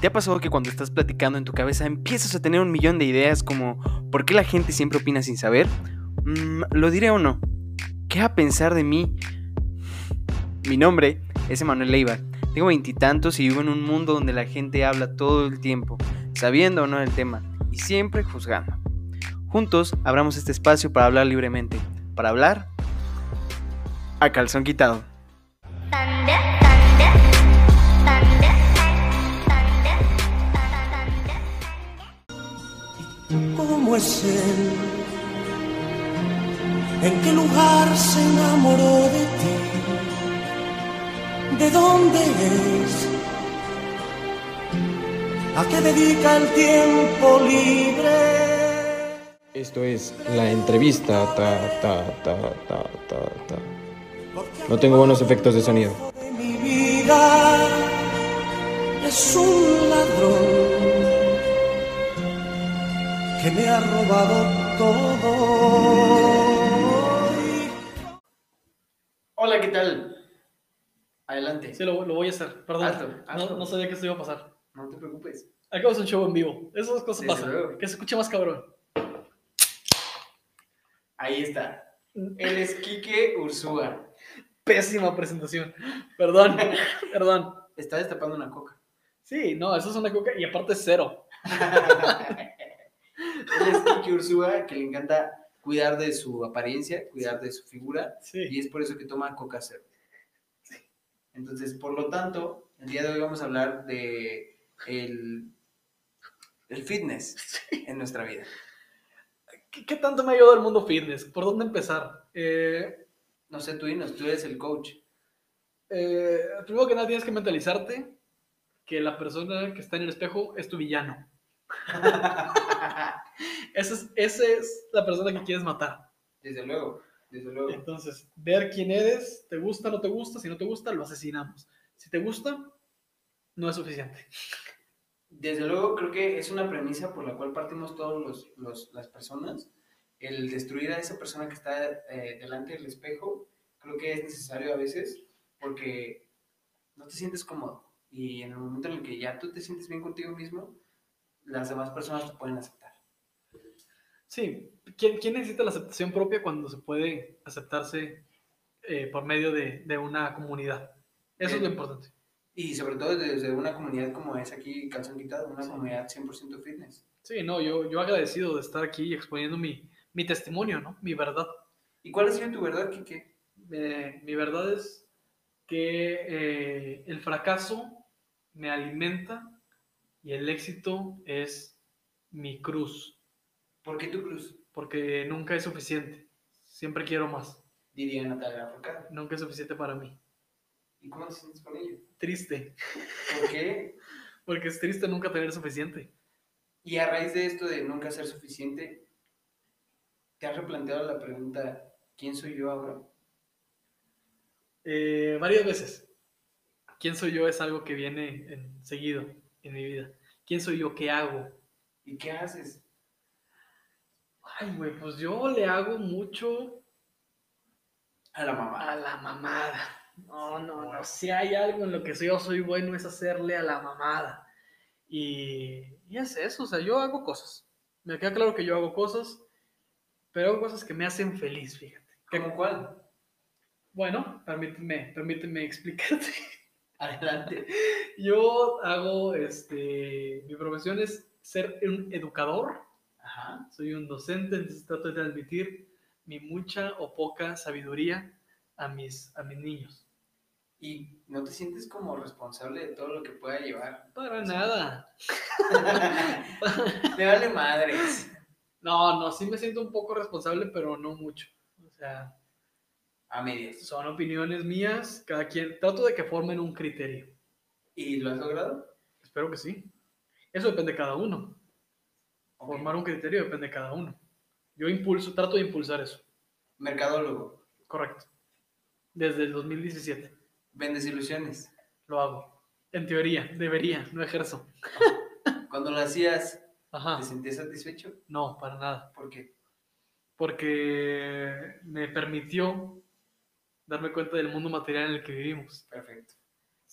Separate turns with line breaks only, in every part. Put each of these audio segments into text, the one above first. ¿Te ha pasado que cuando estás platicando en tu cabeza empiezas a tener un millón de ideas como ¿por qué la gente siempre opina sin saber? Mm, ¿Lo diré o no? ¿Qué va a pensar de mí? Mi nombre es Emanuel Leiva. Tengo veintitantos y, y vivo en un mundo donde la gente habla todo el tiempo, sabiendo o no el tema, y siempre juzgando. Juntos abramos este espacio para hablar libremente, para hablar a calzón quitado.
¿Cómo es él? ¿En qué lugar se enamoró de ti? ¿De dónde es? ¿A qué dedica el tiempo libre?
Esto es la entrevista. Ta, ta, ta, ta, ta, ta. No tengo buenos efectos de sonido.
De mi vida es un ladrón que me ha robado todo.
Hola, ¿qué tal? Adelante.
Sí, lo, lo voy a hacer, perdón.
Hazlo,
No-
hazlo.
No, sabía que esto iba a pasar.
No te preocupes.
Acabo es un show en vivo. Esas cosas
Desde
pasan.
luego.
Que se escuche más cabrón.
Ahí está. Él es Quique Ursúa.
Pésima presentación. Perdón, perdón.
Está destapando una coca.
Sí, no, eso es una coca y aparte es cero.
Él es Quique Ursúa, que le encanta cuidar de su apariencia, cuidar de su figura, y
Sí.
es por eso que toma coca cero. Entonces, por lo tanto, el día de hoy vamos a hablar de el, el fitness en nuestra vida.
¿Qué, qué tanto me ha ayudado el mundo fitness? ¿Por dónde empezar? Eh,
No sé, tú dinos, tú eres el coach.
eh, primero que nada tienes que mentalizarte que la persona que está en el espejo es tu villano. Esa es, esa es la persona que quieres matar.
Desde luego, desde luego.
Entonces, ver quién eres, te gusta, no te gusta, si no te gusta, lo asesinamos. Si te gusta, no es suficiente.
Desde luego, creo que es una premisa por la cual partimos todos los, los- las personas. El destruir a esa persona que está eh, delante del espejo, creo que es necesario a veces porque no te sientes cómodo. Y en el momento en el que ya tú te sientes bien contigo mismo, las demás personas te pueden aceptar.
Sí, ¿quién, quién necesita la aceptación propia cuando se puede aceptarse eh, por medio de, de una comunidad? Eso es lo
Eh,
importante.
Y sobre todo desde una comunidad como es aquí, Calzón Quitado, una comunidad 100% fitness.
Sí, no, yo, yo agradecido de estar aquí exponiendo mi, mi testimonio, ¿no? Mi verdad.
¿Y cuál ha sido tu verdad, Kike?
Eh, mi verdad es que eh, el fracaso me alimenta y el éxito es mi cruz.
¿Por qué tu cruz?
porque nunca es suficiente. Siempre quiero más.
Diría Natalia Forcada.
Nunca es suficiente para mí.
¿Y cómo te sientes con ello?
Triste,
¿Por qué?
porque es triste nunca tener suficiente.
Y a raíz de esto de nunca ser suficiente, ¿te has replanteado la pregunta, ¿quién soy yo ahora?
Eh, varias veces. ¿Quién soy yo? Es algo que viene en- seguido en mi vida. ¿Quién soy yo? ¿Qué hago?
¿Y qué haces?
Ay, güey, pues yo le hago mucho
A la mamá.
a la mamada. No, no, no. Si hay algo en lo que yo soy bueno es hacerle a la mamada. Y, y es eso, o sea, yo hago cosas. Me queda claro que yo hago cosas, pero hago cosas que me hacen feliz, fíjate. Que-
¿Cómo cuál?
bueno, permíteme, permíteme explicarte.
Adelante.
Yo hago, este, mi profesión es ser un educador,
Ajá.
soy un docente, entonces trato de transmitir mi mucha o poca sabiduría a mis, a mis niños.
¿Y no te sientes como responsable de todo lo que pueda llevar?
Para nada.
Me vale madres.
No, no, sí me siento un poco responsable, pero no mucho. O sea,
A medias.
son opiniones mías, cada quien, trato de que formen un criterio.
¿Y lo has logrado?
Espero que sí. Eso depende de cada uno.
Ok.
Formar un criterio depende de cada uno. Yo impulso, trato de impulsar eso.
Mercadólogo.
Correcto. Desde el 2017
Vendes ilusiones.
lo hago. En teoría, debería, no ejerzo.
Cuando lo hacías,
Ajá.
¿te sentías satisfecho?
No, para nada.
¿Por qué?
Porque me permitió darme cuenta del mundo material en el que vivimos.
Perfecto.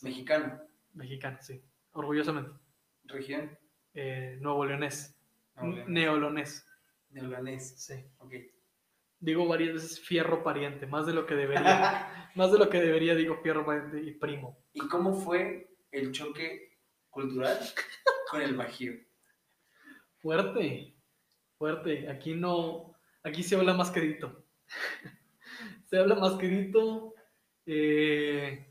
Mexicano.
Mexicano, sí. Orgullosamente.
Región.
eh, nuevo leonés,
Nuevo León.
neolonés.
Neolonés.
Sí.
Ok.
Digo varias veces fierro pariente, más de lo que debería, más de lo que debería digo fierro pariente y primo.
¿Y cómo fue el choque cultural con el Bajío?
Fuerte, fuerte. Aquí no, aquí se habla más quedito. se habla más quedito. eh,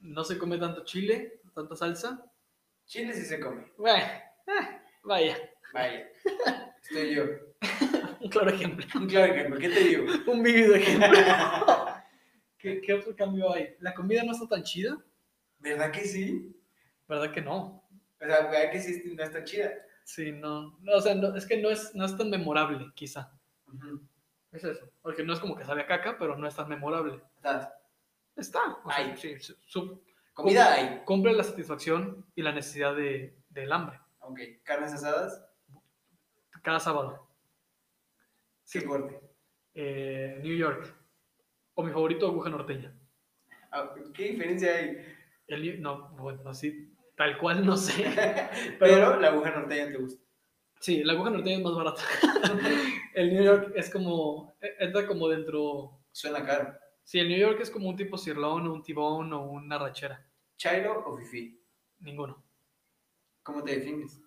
no se come tanto chile, tanta salsa.
Chile sí se come.
Bueno, eh, vaya,
Vaya. Estoy yo.
un claro ejemplo.
Claro que, ¿por qué te digo?
Un vívido ejemplo. ¿Qué, qué otro cambio hay? La comida no está tan chida,
¿Verdad que sí?
¿verdad que no?
O sea, ¿verdad que sí no está chida?
Sí, no. no, o sea, no- es que no es, no es tan memorable, quizá.
Ujú.
Es eso. Porque no es como que sabe a caca, pero no es tan memorable.
O sea,
Está. o sea,
Ay.
sí, su- su-
comida hay.
cumple la satisfacción y la necesidad de, del hambre.
Ok. Carnes asadas,
Cada sábado.
sí.
Sí.
corte.
Eh, New York. O mi favorito, aguja norteña.
Ah, ¿Qué diferencia hay?
El, New- no, bueno, así, tal cual, no sé.
Pero,
Pero-
la aguja norteña te gusta.
Sí, la aguja norteña es más barata. El New York es como, e- entra como dentro...
Suena caro.
Sí, el New York es como un tipo cirlón, o un tibón o una rachera.
¿Chairo o fifi?
Ninguno.
¿Cómo te defines?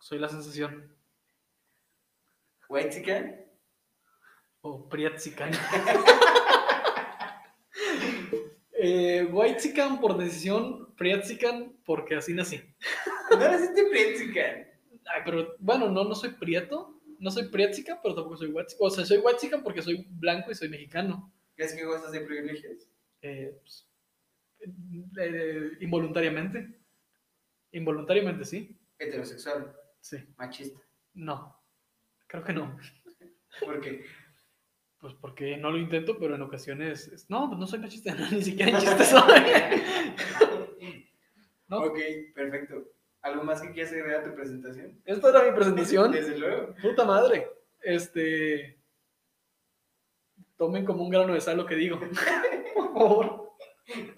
Soy la sensación.
¿White chicken?
O priatzican. eh, Whitezican por decisión, priatzican porque así nací.
No naciste white chicken.
Ay, pero bueno, no, no soy prieto. No soy priatzican, pero tampoco soy whitezican. O sea, soy whitezican porque soy blanco y soy mexicano.
¿Crees que gozas de privilegios?
Eh, pues, eh, eh, involuntariamente. Involuntariamente, sí.
Heterosexual,
Sí.
machista.
No. Creo que no.
¿Por qué?
Pues porque no lo intento, pero en ocasiones. es- No, pues no soy machista, no, ni siquiera en chistes soy. ¿No?
Ok, perfecto. ¿Algo más que quieras agregar a tu presentación?
Esta era mi presentación.
Desde luego.
Puta madre. Este. Tomen como un grano de sal lo que digo. Por favor.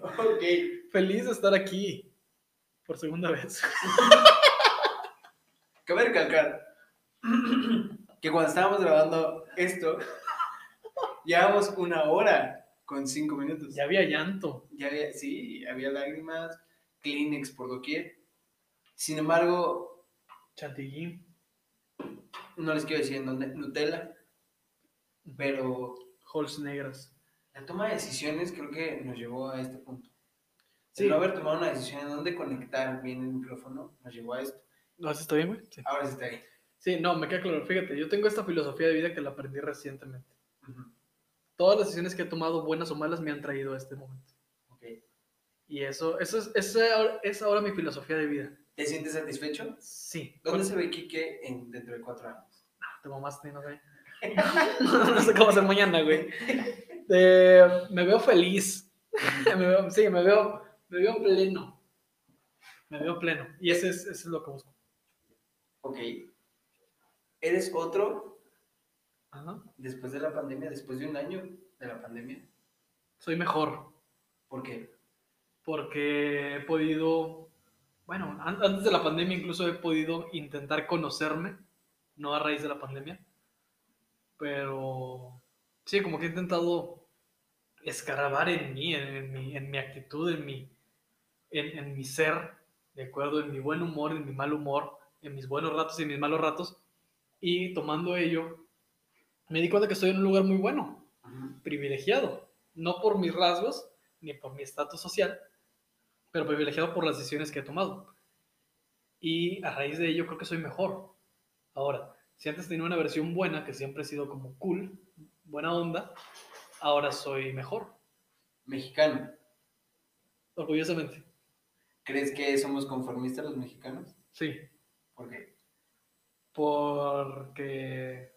Ok.
Feliz de estar aquí. Por segunda vez.
Cabe recalcar que cuando estábamos grabando esto, llevábamos una hora con cinco minutos.
Ya había llanto.
Ya había, sí, había lágrimas, Kleenex por doquier. Sin embargo,
Chantilly.
no les quiero decir en dónde, Nutella, pero
Halls negras.
la toma de decisiones creo que nos llevó a este punto.
Sí.
El no haber tomado una decisión en dónde conectar bien el micrófono nos llevó a esto.
¿No ¿sí está bien, güey? Sí.
Ahora sí está ahí.
Sí, no, me queda claro. Fíjate, yo tengo esta filosofía de vida que la aprendí recientemente.
Ujú,
Todas las decisiones que he tomado, buenas o malas, me han traído a este momento.
ok.
Y eso, eso es, esa es ahora mi filosofía de vida.
¿Te sientes satisfecho?
Sí.
¿Dónde se ve Kike en, dentro de cuatro años?
Te mamaste, no sé. no sé cómo va a ser mañana, güey. Eh, me veo feliz. Me veo- sí, me veo, me veo pleno. Me veo pleno. Y ese es, eso es lo que busco.
Ok. ¿Eres otro
Ajá.
después de la pandemia, después de un año de la pandemia?
Soy mejor
¿Por qué?
porque he podido, bueno, an- antes de la pandemia incluso he podido intentar conocerme, no a raíz de la pandemia, pero sí, como que he intentado escarbar en mí, en, en mi, en mi actitud, en mi, en, en mi ser, de acuerdo, en mi buen humor, en mi mal humor, en mis buenos ratos y en mis malos ratos, y tomando ello, me di cuenta que estoy en un lugar muy bueno, privilegiado, no por mis rasgos ni por mi estatus social, pero privilegiado por las decisiones que he tomado. Y a raíz de ello creo que soy mejor. Ahora, si antes tenía una versión buena, que siempre he sido como cool, buena onda, ahora soy mejor,
Mexicano.
orgullosamente.
¿Crees que somos conformistas los mexicanos?
Sí,
¿Por qué?
porque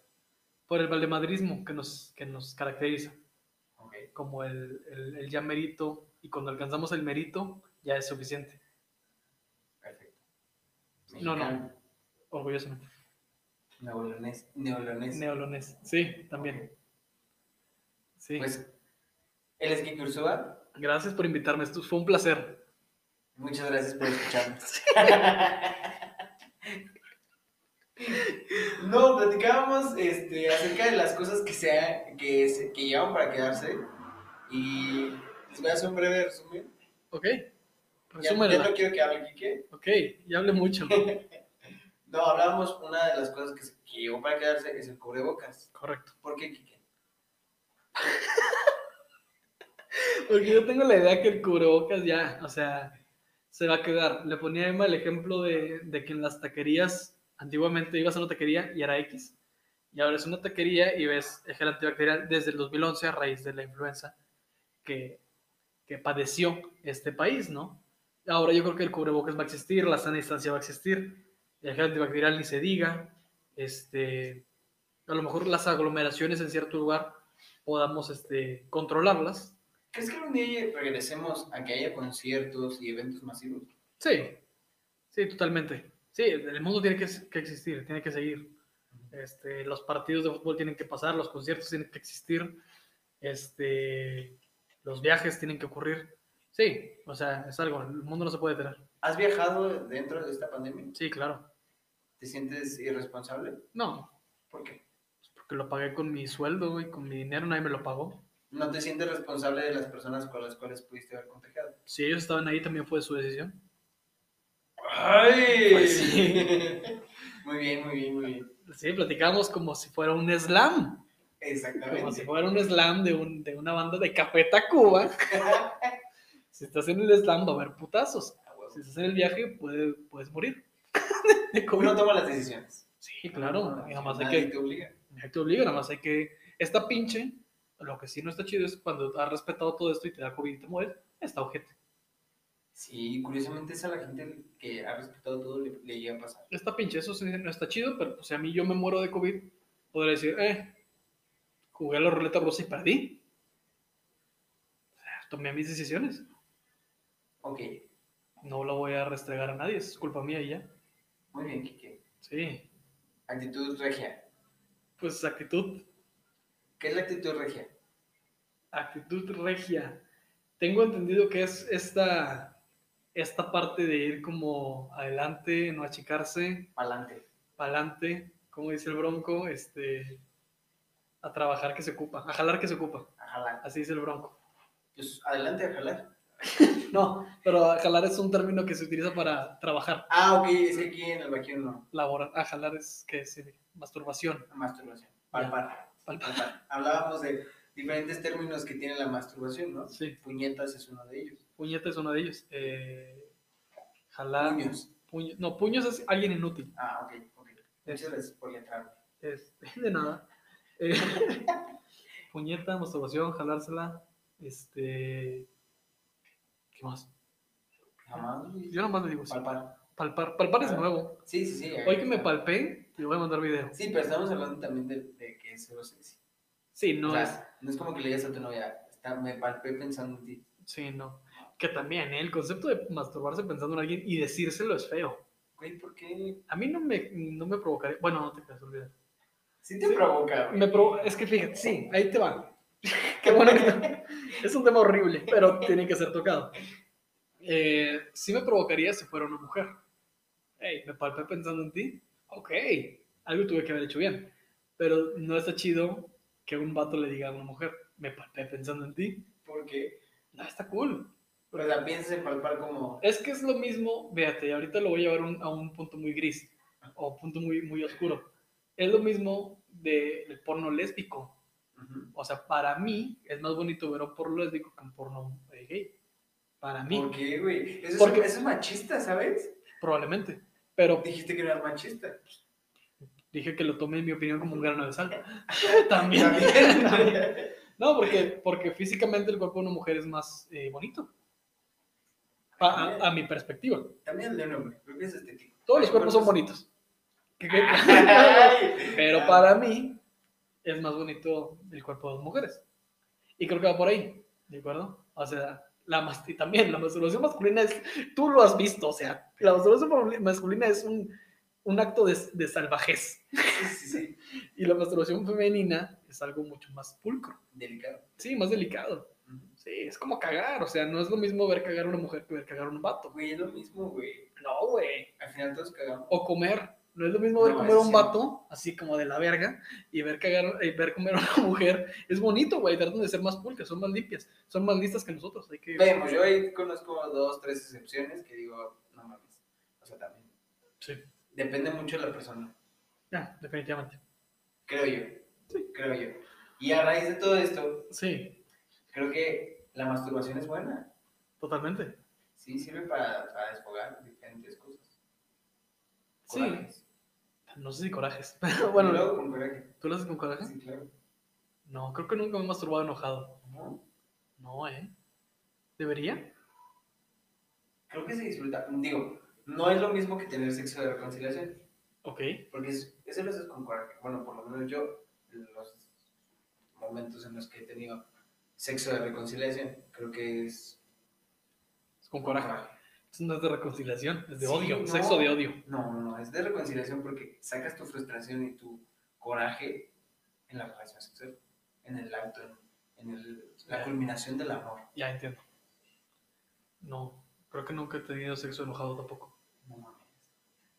por el valemadrismo que nos, que nos caracteriza,
Ok.
como el, el, el ya merito, y cuando alcanzamos el merito, ya es suficiente,
Perfecto.
No, no. orgullosamente.
Neolonés. Neolonés.
Neolonés, sí, también. Sí,
Pues, él es Kike Ursúa.
gracias por invitarme, esto fue un placer.
Muchas gracias por escucharnos. no, platicábamos este, acerca de las cosas que, sea, que, se, que llevan para quedarse. Y les voy a hacer un breve resumen.
Ok.
Ya, ya no
Resúmela.
quiero que hable Quique.
Ok, ya hablé mucho.
No, hablábamos, una de las cosas que, se, que llevó para quedarse es el cubrebocas.
Correcto.
¿Por qué, Quique?
Porque yo tengo la idea que el cubrebocas ya, o sea, se va a quedar. Le ponía a Emma el ejemplo de, de que en las taquerías, antiguamente ibas a una taquería y era X, y ahora es una taquería y ves el gel antibacterial desde el 2011 a raíz de la influenza que, que padeció este país, ¿no? Ahora yo creo que el cubrebocas va a existir, la sana distancia va a existir, el gel antibacterial ni se diga, este, a lo mejor las aglomeraciones en cierto lugar podamos este, controlarlas.
¿Crees que algún día regresemos a que haya conciertos y eventos masivos?
Sí, sí, totalmente. Sí, el mundo tiene que, que existir, tiene que seguir. Este, los partidos de fútbol tienen que pasar, los conciertos tienen que existir, este, los viajes tienen que ocurrir. Sí, o sea, es algo, el mundo no se puede detener.
¿Has viajado dentro de esta pandemia?
Sí, claro.
¿Te sientes irresponsable?
No,
¿Por qué?
pues porque lo pagué con mi sueldo y con mi dinero, nadie me lo pagó.
¿No te sientes responsable de las personas con las cuales pudiste haber contagiado?
Si ellos estaban ahí, también fue su decisión.
¡Ay!
Pues sí.
muy bien, muy bien, muy bien.
Sí, platicamos como si fuera un slam, como si
Exactamente.
fuera un slam de, un- de una banda de Cafeta Cuba. Si estás en el slam, va a haber putazos.
Ah,
Si estás en el viaje, puede- puedes morir. De COVID.
Uno toma las decisiones.
Sí, claro. Y nada más hay
Ah, Nadie
que.
te obliga.
nadie te obliga, nada más hay que. Esta pinche. Lo que sí no está chido es cuando has respetado todo esto y te da COVID y te mueres. Está ojete.
Sí, curiosamente es a la gente que ha respetado todo le, le llega a pasar.
Esta pinche, eso sí no está chido, pero pues, si a mí yo me muero de COVID, podría decir, eh, jugué a la ruleta rusa y perdí. O sea, Tomé mis decisiones.
Ok,
No lo voy a restregar a nadie, es culpa mía y ya.
muy bien, Kike.
Sí.
Actitud regia.
Pues actitud
¿Qué es la actitud regia?
Actitud regia. Tengo entendido que es esta, esta parte de ir como adelante, no achicarse,
Pa'lante.
pa'lante, como dice el bronco, este, a trabajar que se ocupa, a jalar que se ocupa,
A jalar.
así dice el bronco.
Pues, adelante a jalar.
No, pero a jalar es un término que se utiliza para trabajar,
Ah, ok, es que aquí en el vaquero no.
laborar. A jalar es que se masturbación.
Masturbación. Palpar.
palpar.
Palpar. Hablábamos de diferentes términos que tiene la masturbación, ¿no?
Sí,
Puñetas es uno de ellos.
puñeta es uno de ellos. eh, jalar.
Puños.
puño- no, puños es alguien inútil.
Ah, ok, ok. Muchas gracias por entrarme.
Este, de nada. Eh, puñeta, masturbación, jalársela. Este. ¿Qué más?
Jamás.
Yo nomás le digo así.
Palpar.
Palpar. Palpar es
Ah.
nuevo.
Sí, sí, sí.
Hoy que me palpé, te voy a mandar video.
Sí, pero estamos hablando también de, de que es solo sexy.
Sí, no
o sea,
es.
no es como que le digas a tu novia, está, me palpé pensando en ti.
Sí, no. Que también, ¿eh? el concepto de masturbarse pensando en alguien y decírselo es feo.
Güey, ¿por qué?
A mí no me, no me provocaría. Bueno, no te creas, olvidar.
Sí te provoca, güey.
Me provo- Es que fíjate, sí, ahí te va. Qué bueno que no- Es un tema horrible, pero tiene que ser tocado. Eh, sí me provocaría si fuera una mujer. Hey, me palpé pensando en ti. Ok, algo tuve que haber hecho bien. Pero no está chido que un vato le diga a una mujer, me palpé pensando en ti.
¿Por qué?
No, está cool.
O sea, piensas en palpar como...
Es que es lo mismo, véate, y ahorita lo voy a llevar un- a un punto muy gris o punto muy, muy oscuro. Es lo mismo de- del porno lésbico.
Ujú.
O sea, para mí es más bonito ver un porno lésbico que un porno eh, gay. Para mí,
¿Por qué, güey? Eso,
Porque-
es, eso es machista, ¿sabes?
probablemente. Pero
Dijiste que no eras machista.
dije que lo tomé en mi opinión como un grano de sal. También.
También.
No, porque, porque físicamente el cuerpo de una mujer es más eh, bonito. Pa- a, a mi perspectiva.
También el de un hombre, creo que es estético.
Todos los cuerpos son bonitos. Que- que- Pero para mí es más bonito el cuerpo de las mujeres. Y creo que va por ahí, ¿de acuerdo? O sea, la mas- y también la masturbación masculina es, tú lo has visto, o sea, la masturbación ma- masculina es un, un acto de, de salvajez.
Sí, sí, sí.
Y la masturbación femenina es algo mucho más pulcro,
Delicado.
sí, más delicado.
Ujú.
O Sí, es como cagar, o sea, no es lo mismo ver cagar a una mujer que ver cagar a un vato, güey.
Güey, es lo mismo, güey.
No, güey.
Al final todos cagamos.
O comer. No es lo mismo ver
No,
comer a
eso
un
sí.
vato, así como de la verga, y ver cagar, y ver comer a una mujer. Es bonito, güey. Tratan de ser más pulcas, son más limpias, son más listas que nosotros. Hay que.
Vemos, yo ahí conozco dos, tres excepciones que digo, no mames. O sea, también.
Sí.
Depende mucho de la persona,
Ah, definitivamente.
creo yo. Creo yo. Y a raíz de todo esto,
Sí,
creo que la masturbación es buena.
totalmente.
Sí, sirve para, para desfogar diferentes cosas.
Sí.
Corajes.
No sé si corajes. Pero bueno,
Y luego con coraje.
¿tú lo haces con coraje?
Sí, claro.
No, creo que nunca me he masturbado enojado.
¿No?
No, ¿eh? ¿Debería?
Creo que se disfruta. Digo, no es lo mismo que tener sexo de reconciliación.
Ok.
Porque es- eso lo haces con coraje. Bueno, por lo menos yo, los momentos en los que he tenido sexo de reconciliación, creo que es.
Es con coraje. Eso no es de reconciliación, es de
Sí,
odio,
no.
sexo de odio.
No, no, no, es de reconciliación porque sacas tu frustración y tu coraje en la relación sexual, en el acto, en, en el- la culminación del amor.
Ya entiendo. No, creo que nunca he tenido sexo enojado tampoco.
No mames.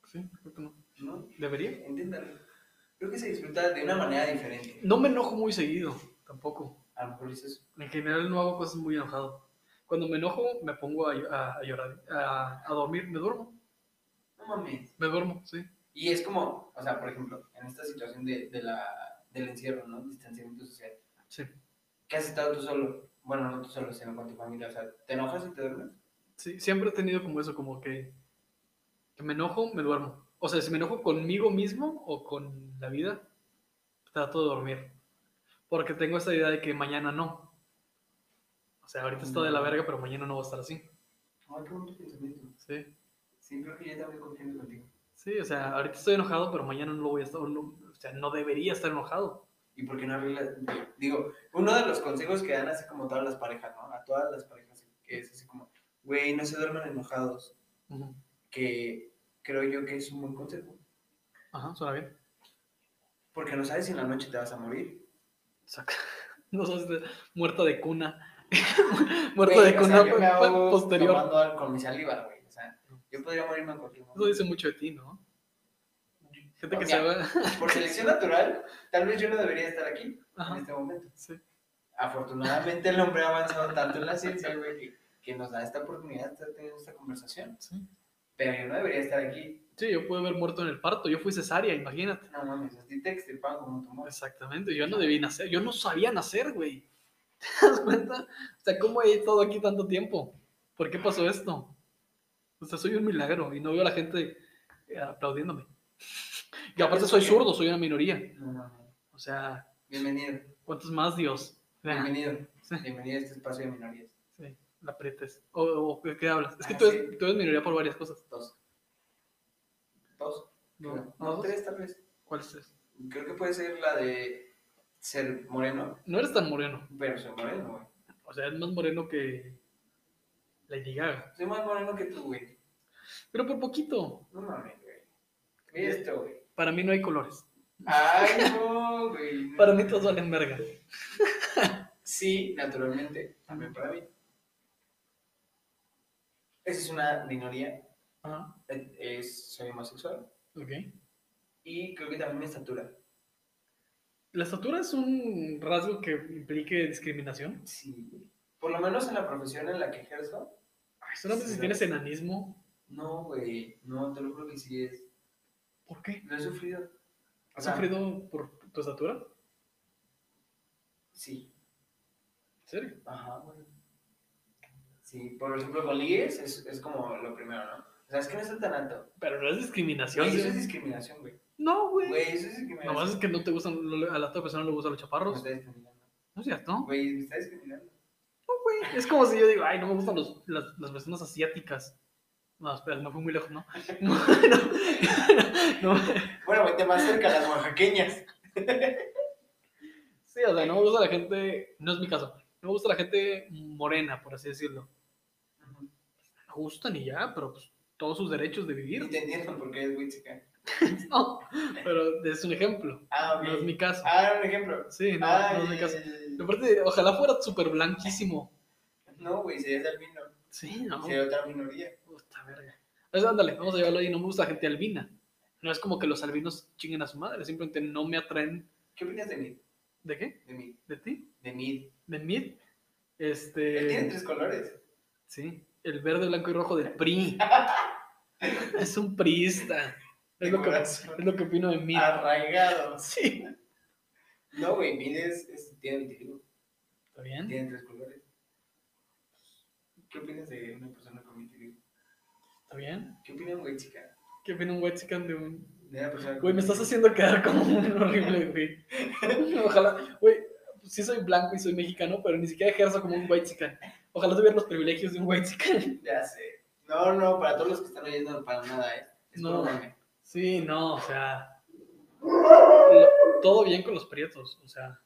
Sí, creo que no.
¿No?
¿Debería?
Entiéndalo. Creo que se disfruta de una manera diferente.
No me enojo muy seguido, tampoco.
A lo mejor dices,
En general no hago cosas muy enojado. Cuando me enojo me pongo a, a- a llorar, a, a dormir, me duermo,
no mames.
me duermo, sí.
Y es como, o sea, por ejemplo, en esta situación de, de la, del encierro, ¿no? Distanciamiento social.
Sí,
¿Qué has estado tú solo? Bueno, no tú solo, sino con tu familia. O sea, ¿te enojas y te duermes?
sí. Siempre he tenido como eso, como que, que me enojo, me duermo. O sea, si me enojo conmigo mismo o con la vida, trato de dormir. Porque tengo esta idea de que mañana no. O sea, ahorita está de la verga, pero mañana no va a estar así.
Ay, qué bonito pensamiento.
Sí.
Sí, creo que yo también confío contigo.
Sí, o sea, ahorita estoy enojado, pero mañana no lo voy a estar, no- o sea, no debería estar enojado.
¿Y por qué no arreglas? Digo, uno de los consejos que dan así como todas las parejas, ¿no? A todas las parejas, que es así como, güey, no se duerman enojados.
Ujú.
Que creo yo que es un buen consejo.
Ajá, suena bien.
Porque no sabes si en la noche te vas a morir.
Saca. No sos de- muerto de cuna. muerto
Güey,
de
o
cuna
sea, yo me
pa- pa-
ahogo
posterior.
tomando al- con mi saliva, güey. O sea, yo podría morirme en cualquier momento.
Eso dice mucho de ti, ¿no? Gente que
Ok.
se va.
Por selección natural, tal vez yo no debería estar aquí en
Ajá,
este momento.
sí.
Afortunadamente el hombre ha avanzado tanto en la ciencia, güey, que, que nos da esta oportunidad de estar teniendo esta conversación.
sí.
Pero yo no debería estar aquí.
Sí, yo pude haber muerto en el parto. Yo fui cesárea, imagínate.
No mames, a ti te extirpaban como un tumor.
Exactamente, yo no debí nacer. Yo no sabía nacer, güey. ¿Te das cuenta? O sea, ¿cómo he estado aquí tanto tiempo? ¿Por qué pasó esto? O sea, soy un milagro y no veo a la gente eh, aplaudiéndome. Y aparte soy zurdo, soy una minoría.
No mames.
O sea,
Bienvenido,
¿cuántos más, Dios? Ah,
bienvenido,
Sí.
bienvenido a este espacio de minorías.
sí, la aprietes. O, o, ¿de qué hablas? Es que
Ah,
tú eres,
sí.
tú eres minoría por varias cosas.
Dos. Dos.
No,
creo.
no,
no, tres tal vez.
¿Cuál es eso?
Creo que puede ser la de ser moreno,
No eres tan moreno.
pero soy moreno, güey.
O sea, eres más moreno que Lady Gaga.
Soy más moreno que tú, güey.
Pero por poquito.
No mames, güey. Ve esto, güey.
Para mí no hay colores.
Ay, no, güey. no.
Para mí todos valen verga.
Sí, naturalmente, también para mí. Esa es una minoría,
Ajá,
eh, es, soy homosexual
ok.
y creo que también mi estatura.
¿La estatura es un rasgo que implique discriminación?
Sí. Por lo menos en la profesión en la que ejerzo.
Ay, solamente
Sí,
si
lo
tienes
es.
enanismo.
No, güey, no, te lo juro que sí es.
¿Por qué?
Lo he sufrido. O
¿Has
sea,
sufrido por tu estatura? ¿En
Sí.
serio?
Ajá, güey. Sí, por ejemplo, con ligues es, es como lo primero, ¿no? O sea, es que no está tan alto.
Pero no es discriminación.
Güey, eso
¿sí?
es discriminación, güey.
No, güey.
Güey, eso es discriminación.
Nomás es que no te gustan, lo- a la otra persona le gustan los
Me
chaparros.
está discriminando.
¿No es cierto? No,
Güey, me está discriminando.
güey. Es como si yo digo, ay, no me gustan los- las, las personas asiáticas. No, espera, no fui muy lejos, ¿no? No, no, no.
Bueno, vete más cerca a las oaxaqueñas.
Sí, o sea, no me gusta la gente, no es mi caso, no me gusta la gente morena, por así decirlo. Me gustan y ya, pero pues, todos sus derechos de
Y
vivir.
te entiendo porque eres huichica.
No, pero es un ejemplo,
Ah, ok.
no es mi caso.
Ah, un ejemplo.
Sí, no,
ah,
no es mi
ya,
caso.
ya, ya, ya.
Y Aparte, ojalá fuera súper blanquísimo.
No, güey, serías albino.
Sí, no.
Sería otra minoría.
Puta verga. Pues, ándale, vamos a llevarlo ahí. No me gusta la gente albina. No es como que los albinos chinguen a su madre. Simplemente no me atraen.
¿Qué opinas de mí?
¿De qué?
De mí.
¿De ti?
De mí.
¿De mid?
Él tiene
Este.
tres colores.
Sí. El verde, blanco y rojo del PRI. es un priista.
De
Es lo, que, es
corazón.
lo que opino de mid.
Ah, Arraigados.
Sí.
No, güey, mí es, es- tiene 21.
¿Está bien?
Tiene tres colores. ¿Qué opinas de una persona con vitiligo?
¿Está bien?
¿Qué opina un güey, chica?
¿Qué opina un white chicken de un
De una persona con
Güey, me estás
vitiligo?
haciendo quedar como un horrible, güey. Ojalá, güey, sí soy blanco y soy mexicano, pero ni siquiera ejerzo como un white chican. Ojalá tuviera los privilegios de un white chican.
Ya sé. No, no, para todos los que están oyendo, para nada, ¿eh? Es
No.
por mame.
Sí, no, o sea. lo- todo bien con los prietos, o sea.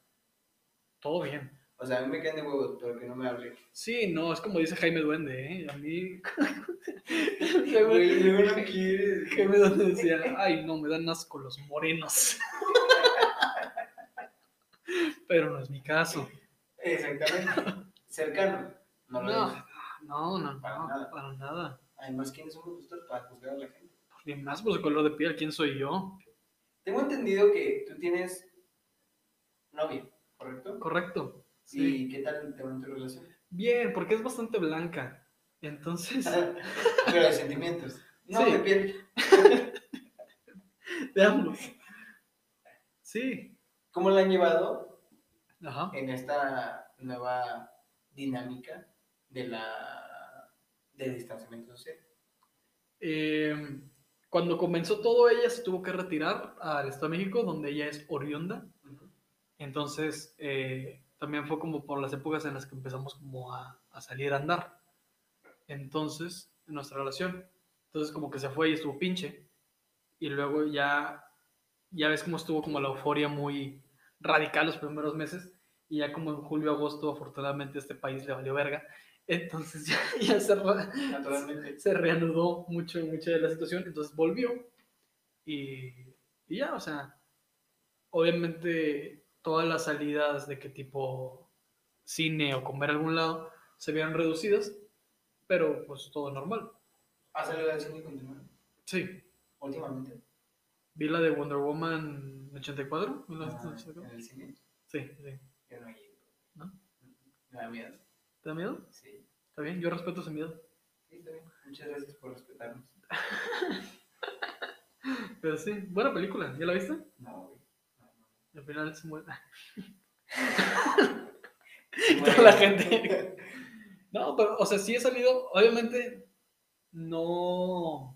Todo bien.
O sea, a mí me caen de huevos, pero que no me hable.
Sí, no, es como dice Jaime Duende, ¿eh? A mí.
Güey, luego no
Jaime,
quieres. güey.
Jaime Duende decía, ay, no, me dan asco los morenos. Pero no es mi caso.
Exactamente. Cercano. No lo
No,
es.
no, no, no,
Para nada.
para nada.
Además, ¿quiénes somos nosotros para juzgar a la gente?
Ni más por su color de piel, ¿quién soy yo?
Tengo entendido que tú tienes novia, ¿correcto?
Correcto. Sí.
¿Y qué tal te va en tu relación?
Bien, porque es bastante blanca. Entonces,
Pero de sentimientos. No,
Sí.
de piel.
de ambos. Sí.
¿Cómo la han llevado
Ajá.
en esta nueva dinámica de la del distanciamiento social?
Eh, cuando comenzó todo, ella se tuvo que retirar al Estado de México, donde ella es oriunda. Entonces, eh, también fue como por las épocas en las que empezamos como a, a salir a andar. Entonces, en nuestra relación. Entonces, como que se fue y estuvo pinche. Y luego ya, ya ves cómo estuvo como la euforia muy radical los primeros meses. Y ya como en julio, agosto, afortunadamente este país le valió verga. Entonces ya, ya se, re-
Naturalmente.
se reanudó mucho, mucha de la situación, entonces volvió y, y ya, o sea, obviamente todas las salidas de qué tipo cine o comer a algún lado se vieron reducidas, pero pues todo normal.
¿Ha salido al cine continuamente?
Sí,
Últimamente.
vi la de Wonder Woman 84,
Ah,
1984.
en el cine.
Sí, sí.
Yo no he ido.
¿No?
Me da miedo.
¿Te da miedo?
Sí.
Está bien, yo respeto ese miedo.
Sí, está bien. Muchas gracias por respetarnos.
Pero sí, buena película, ¿ya la viste?
No, güey. No, no.
Al final se muere.
Bueno.
la gente. No, pero, o sea, sí he salido, obviamente, no.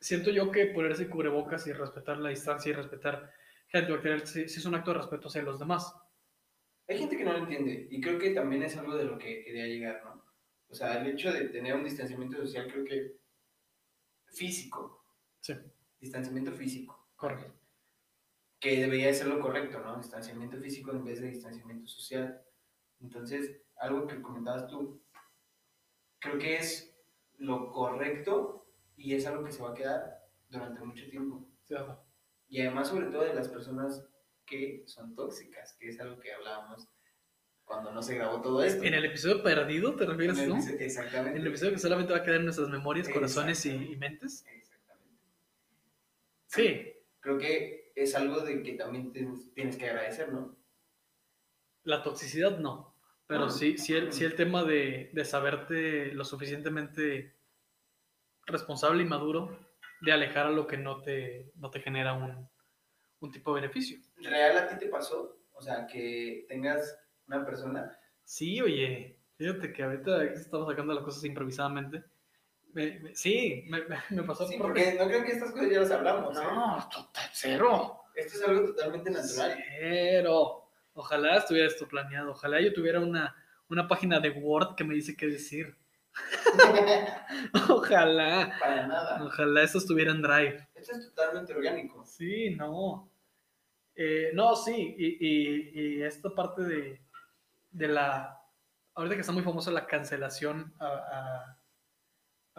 Siento yo que ponerse cubrebocas y respetar la distancia y respetar gel antibacterial sí, sí es un acto de respeto hacia los demás.
Hay gente que no lo entiende y creo que también es algo de lo que quería llegar, ¿no? O sea, el hecho de tener un distanciamiento social creo que físico,
Sí,
distanciamiento físico,
correcto.
que debería de ser lo correcto, ¿no? Distanciamiento físico en vez de distanciamiento social. Entonces, algo que comentabas tú, creo que es lo correcto y es algo que se va a quedar durante mucho tiempo.
Sí, ajá.
Y además, sobre todo, de las personas que son tóxicas, que es algo que hablábamos cuando no se grabó todo esto.
En el episodio perdido, ¿te refieres
En el
tú?
episo- Exactamente.
En el episodio que solamente va a quedar en nuestras memorias, corazones y, y mentes.
Exactamente.
Sí,
Creo que es algo de que también tienes, tienes que agradecer, ¿no?
La toxicidad no, pero
Ah.
sí, sí, el, sí el tema de, de saberte lo suficientemente responsable y maduro de alejar a lo que no te, no te genera un, un tipo de beneficio.
¿Real a ti te pasó? O sea, que tengas una persona.
Sí, oye, fíjate que ahorita estamos sacando las cosas improvisadamente. Me- me- sí, me, me- me pasó
Sí,
por-
porque no creo que estas cosas ya las hablamos. ¿eh?
Pues, No, total, cero.
Esto es algo totalmente natural.
Cero. Ojalá estuviera esto planeado. Ojalá yo tuviera una, una página de Word que me dice qué decir. Ojalá.
Para nada.
Ojalá esto estuviera en Drive.
Esto es totalmente orgánico.
Sí, no. Eh, no, sí, y, y- y esta parte de, de la... Ahorita que está muy famosa la cancelación a, a-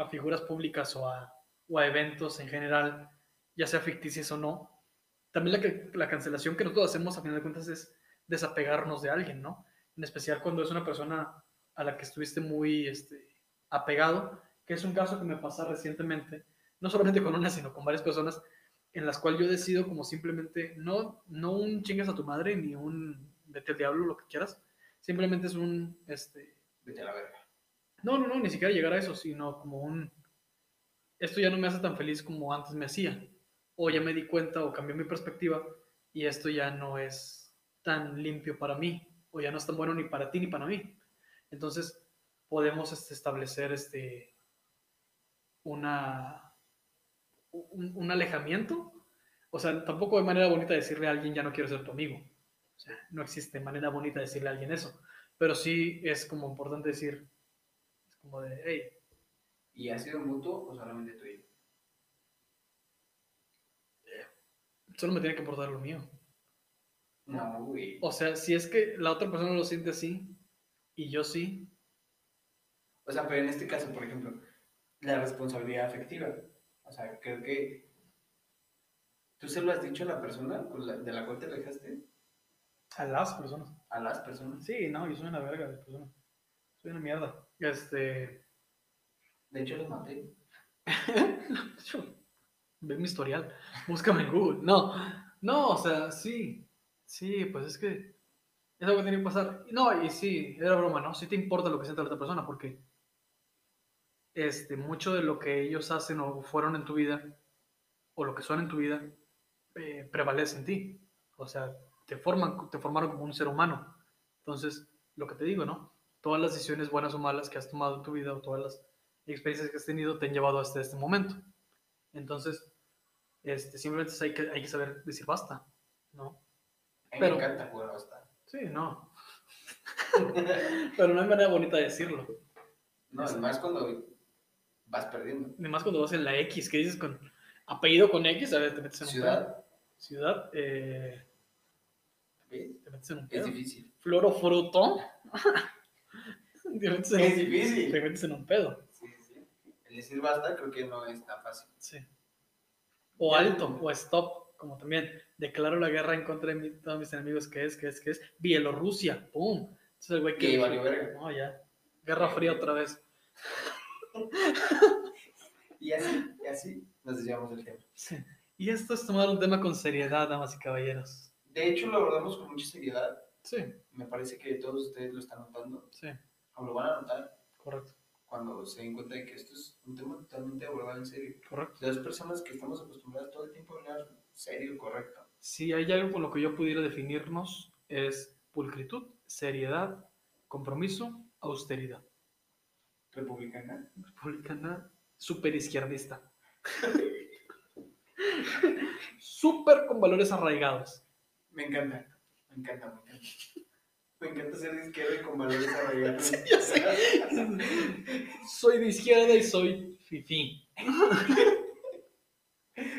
a figuras públicas o a, o a eventos en general, ya sea ficticias o no, también la, que- la cancelación que nosotros hacemos a final de cuentas es desapegarnos de alguien, ¿no? En especial cuando es una persona a la que estuviste muy este, apegado, que es un caso que me pasa recientemente, no solamente con una, sino con varias personas, en las cuales yo decido como simplemente, no, no un chingas a tu madre, ni un vete al diablo, lo que quieras, simplemente es un, este,
Vete a la verga.
no, no, no, ni siquiera llegar a eso, sino como un, esto ya no me hace tan feliz como antes me hacía, o ya me di cuenta o cambié mi perspectiva y esto ya no es tan limpio para mí, o ya no es tan bueno ni para ti ni para mí. Entonces, podemos este, establecer este, una, un, un alejamiento. O sea, tampoco hay manera bonita de decirle a alguien, ya no quiero ser tu amigo. O sea, no existe manera bonita de decirle a alguien eso. Pero sí es como importante decir, es como de, hey,
¿Y ha sido mutuo o solamente tuyo?
solo me tiene que importar lo mío.
No, güey.
O sea, si es que la otra persona lo siente así y yo sí,
O sea, pero en este caso, por ejemplo, la responsabilidad afectiva. O sea, creo que tú se lo has dicho a la persona con la- de la cual te alejaste,
a las personas.
a las personas.
Sí, no, yo soy una verga de persona. Soy una mierda. Este.
De hecho, los maté.
Ve mi historial. Búscame en Google. No, no, o sea, sí. Sí, pues es que. Es algo que tiene que pasar. No, y sí, era broma, ¿no? Sí te importa lo que siente la otra persona, porque. Este, mucho de lo que ellos hacen o fueron en tu vida, o lo que son en tu vida, eh, prevalece en ti. O sea, te, forman, te formaron como un ser humano. Entonces, lo que te digo, ¿no? Todas las decisiones buenas o malas que has tomado en tu vida o todas las experiencias que has tenido te han llevado hasta este momento. Entonces, este, simplemente hay que, hay que saber decir basta, ¿no?
A mí
Pero-
me encanta jugar hasta.
Sí, no. Pero no hay manera bonita de decirlo.
No, además cuando vas perdiendo.
Además, cuando vas en la X, que dices con apellido con X, a ver, te metes en un pedo.
Ciudad,
Ciudad, eh,
¿ves?
te metes en un
Es
pedo.
difícil.
Flor o fruto. te, metes en
Es
un, te
difícil.
metes en un pedo.
Sí, sí. El decir basta creo que no es tan fácil.
Sí. O alto, o stop, como también. Declaro la guerra en contra de mi- todos mis enemigos, que es, que es, que es. Bielorrusia, ¡pum! Entonces el güey que.
Que valió verga.
No, ya. Guerra fría otra vez.
Y así, y así nos desviamos del tema.
Sí. Y esto es tomar un tema con seriedad, damas y caballeros.
De hecho, lo abordamos con mucha seriedad.
Sí,
Me parece que todos ustedes lo están notando
sí,
o lo van a notar.
correcto,
cuando se den cuenta de que esto es un tema totalmente abordado en serio.
correcto.
Las personas que estamos acostumbradas todo el tiempo a hablar serio, correcto.
Si hay algo con lo que yo pudiera definirnos, es pulcritud, seriedad, compromiso, austeridad.
Republicana.
republicana super izquierdista. super con valores arraigados.
Me encanta, me encanta, me encanta. Me encanta ser de izquierda y con valores arraigados.
yo Soy de izquierda y soy fifi.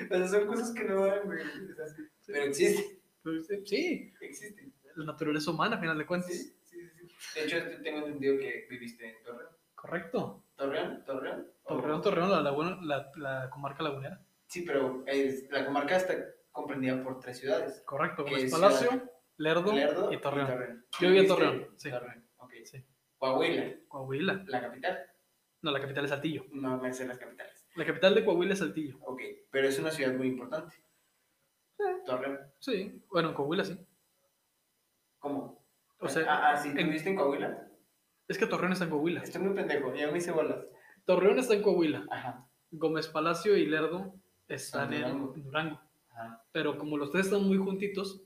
O sea, son cosas que no van, güey. O sea, Pero existen,
Pues, eh, Sí,
existen.
la naturaleza humana, a final de cuentas.
Sí, Pues sí, sí, sí. De hecho, te- tengo entendido que viviste en Torreón.
Correcto.
¿Torreón? ¿Torreón? O-
Torreón, Torreón, la, laguna- la, la comarca lagunera.
Sí, pero es- la comarca está comprendida por tres ciudades.
Correcto,
Que
Gómez
es
Palacio,
Ciudad-
Lerdo,
Lerdo
y Torreón.
Yo
Yo viví en Torreón, sí.
Torreón, ok.
Sí.
Coahuila,
Coahuila.
la capital.
No, la capital es Saltillo.
No me sé las capitales.
La capital de Coahuila es Saltillo.
Ok, pero es una ciudad muy importante.
Eh.
Torreón.
Sí, bueno, en Coahuila sí.
¿Cómo?
O sea,
ah, ah, sí,
en-
¿tú viste en Coahuila?
es que Torreón está en Coahuila.
Estoy muy pendejo, ya me hice bolas.
Torreón está en Coahuila.
Ajá.
Gómez Palacio y Lerdo
Son
están
de
en
Durango.
en Durango.
Ajá.
Pero como los tres están muy juntitos,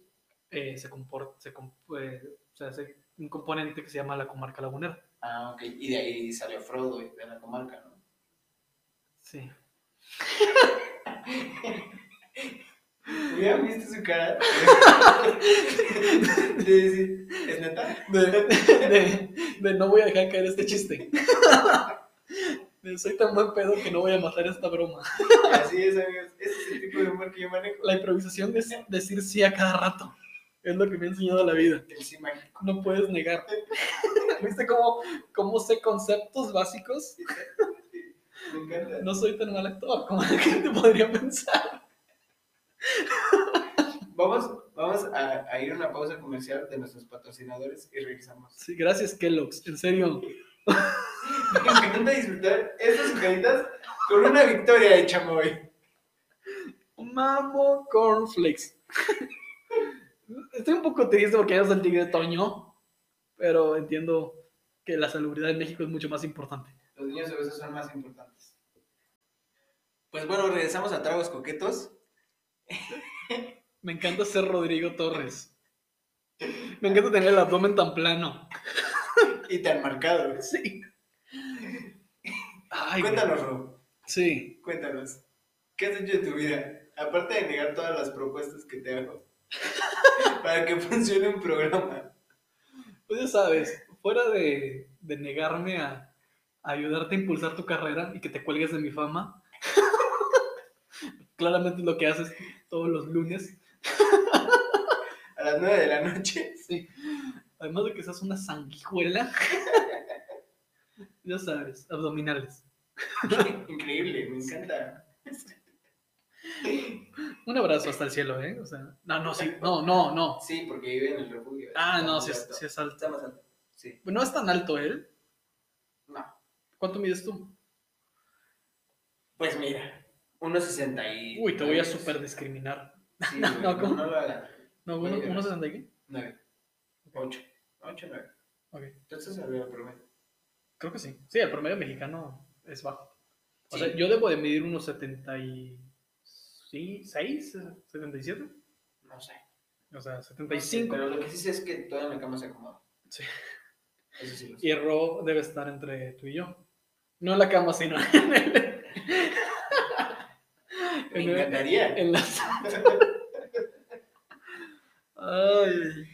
eh, se, compor- se, com- eh, se hace un componente que se llama la comarca lagunera.
Ah, ok. Y de ahí salió Frodo y de la comarca, ¿no?
Sí.
¿Ya viste su cara? De decir, ¿es neta?
De, de- de no voy a dejar caer este chiste. De soy tan buen pedo que no voy a matar esta broma.
Así es, amigos. Ese es el tipo de humor que yo manejo.
La improvisación es decir sí a cada rato. Es lo que me ha enseñado la vida.
El sí mágico.
No puedes negar. ¿Viste cómo, cómo sé conceptos básicos?
Me encanta.
No soy tan mal actor como la gente podría pensar.
Vamos, Vamos a, a ir a una pausa comercial de nuestros patrocinadores y regresamos.
Sí, gracias, Kellogg's. En serio.
Me encanta disfrutar estas sucaditas con una victoria de chamoy.
Mamo Cornflakes. Estoy un poco triste porque ya es el tigre Toño, pero entiendo que la salubridad en México es mucho más importante.
Los niños obesos son más importantes. Pues bueno, regresamos a Tragos Coquetos.
Me encanta ser Rodrigo Torres. Me encanta tener el abdomen tan plano.
Y tan marcado.
Sí. Ay, güey.
Cuéntanos, Rob.
Sí.
Cuéntanos. ¿Qué has hecho de tu vida? Aparte de negar todas las propuestas que te hago. para que funcione un programa.
Pues ya sabes, fuera de, de negarme a, a ayudarte a impulsar tu carrera y que te cuelgues de mi fama, claramente es lo que haces todos los lunes.
A las 9 de la noche.
Sí. Además de que seas una sanguijuela, ya sabes, abdominales.
Increíble, me encanta.
Un abrazo hasta el cielo, ¿eh? O sea, no, no, sí, no, no, no.
Sí, porque vive en el refugio.
Ah,
Está
no,
muy
sí es,
alto.
sí es
Está
alto.
más alto. Sí.
No es tan alto él.
No.
¿Cuánto mides tú?
Pues mira, 1.60 y...
Uy, te voy a super discriminar.
Sí,
No,
güey,
no, ¿cómo?
No lo hagas.
No, bueno,
Oye,
1.60 y qué?
9. 8. 8, 9.
Ok.
Entonces arriba el promedio.
Creo que sí. Sí, el promedio mexicano es bajo. O
Sí.
sea, yo debo de medir unos 76, 77.
No sé.
O sea, 75.
Pero lo que sí sé es que toda la cama se acomoda.
Sí.
Eso sí lo sé.
Y Ro debe estar entre tú y yo. No en la cama, sino en, el-
Me
en el-
encantaría.
en la Ay.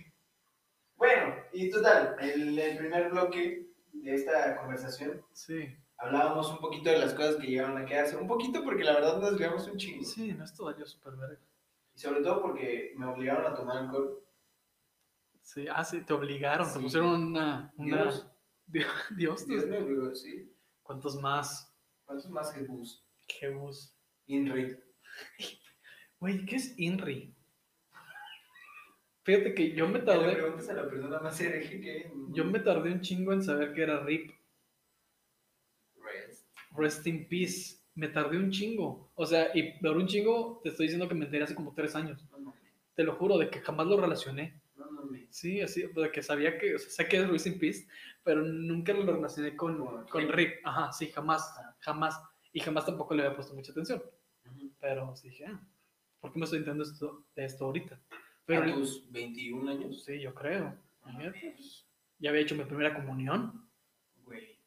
Bueno, y total, el, el primer bloque de esta conversación
Sí,
hablábamos un poquito de las cosas que llegaron a quedarse. Un poquito porque la verdad nos llevamos un chingo.
sí, no, esto valió súper verga.
Y sobre todo porque me obligaron a tomar alcohol.
Sí, ah, sí, te obligaron, te
Sí.
pusieron una. una-
Dios.
Dios, Dios,
Dios me obligó, sí.
¿Cuántos más?
¿Cuántos más Jesús?
Qué bus.
Inri.
Güey, ¿qué es INRI? Fíjate que yo me
Le
tardé,
preguntas a la persona más hereje que hay.
yo me tardé un chingo en saber que era RIP,
Rest.
Rest in Peace. Me tardé un chingo. O sea, y por un chingo te estoy diciendo que me enteré hace como tres años.
No mames.
Te lo juro, de que jamás lo relacioné.
No mames.
Sí, así, de que sabía que, o sea, sé que es Rest in Peace, pero nunca lo relacioné con,
Con
con
RIP.
RIP. Ajá, sí, jamás, jamás. Y jamás tampoco le había puesto mucha atención. Pero sí dije, ah, ¿por qué me estoy enterando esto, de esto ahorita? Pero,
¿A tus 21 años?
Sí, yo creo.
No
Mira,
mames.
Ya había hecho mi primera comunión.
Güey.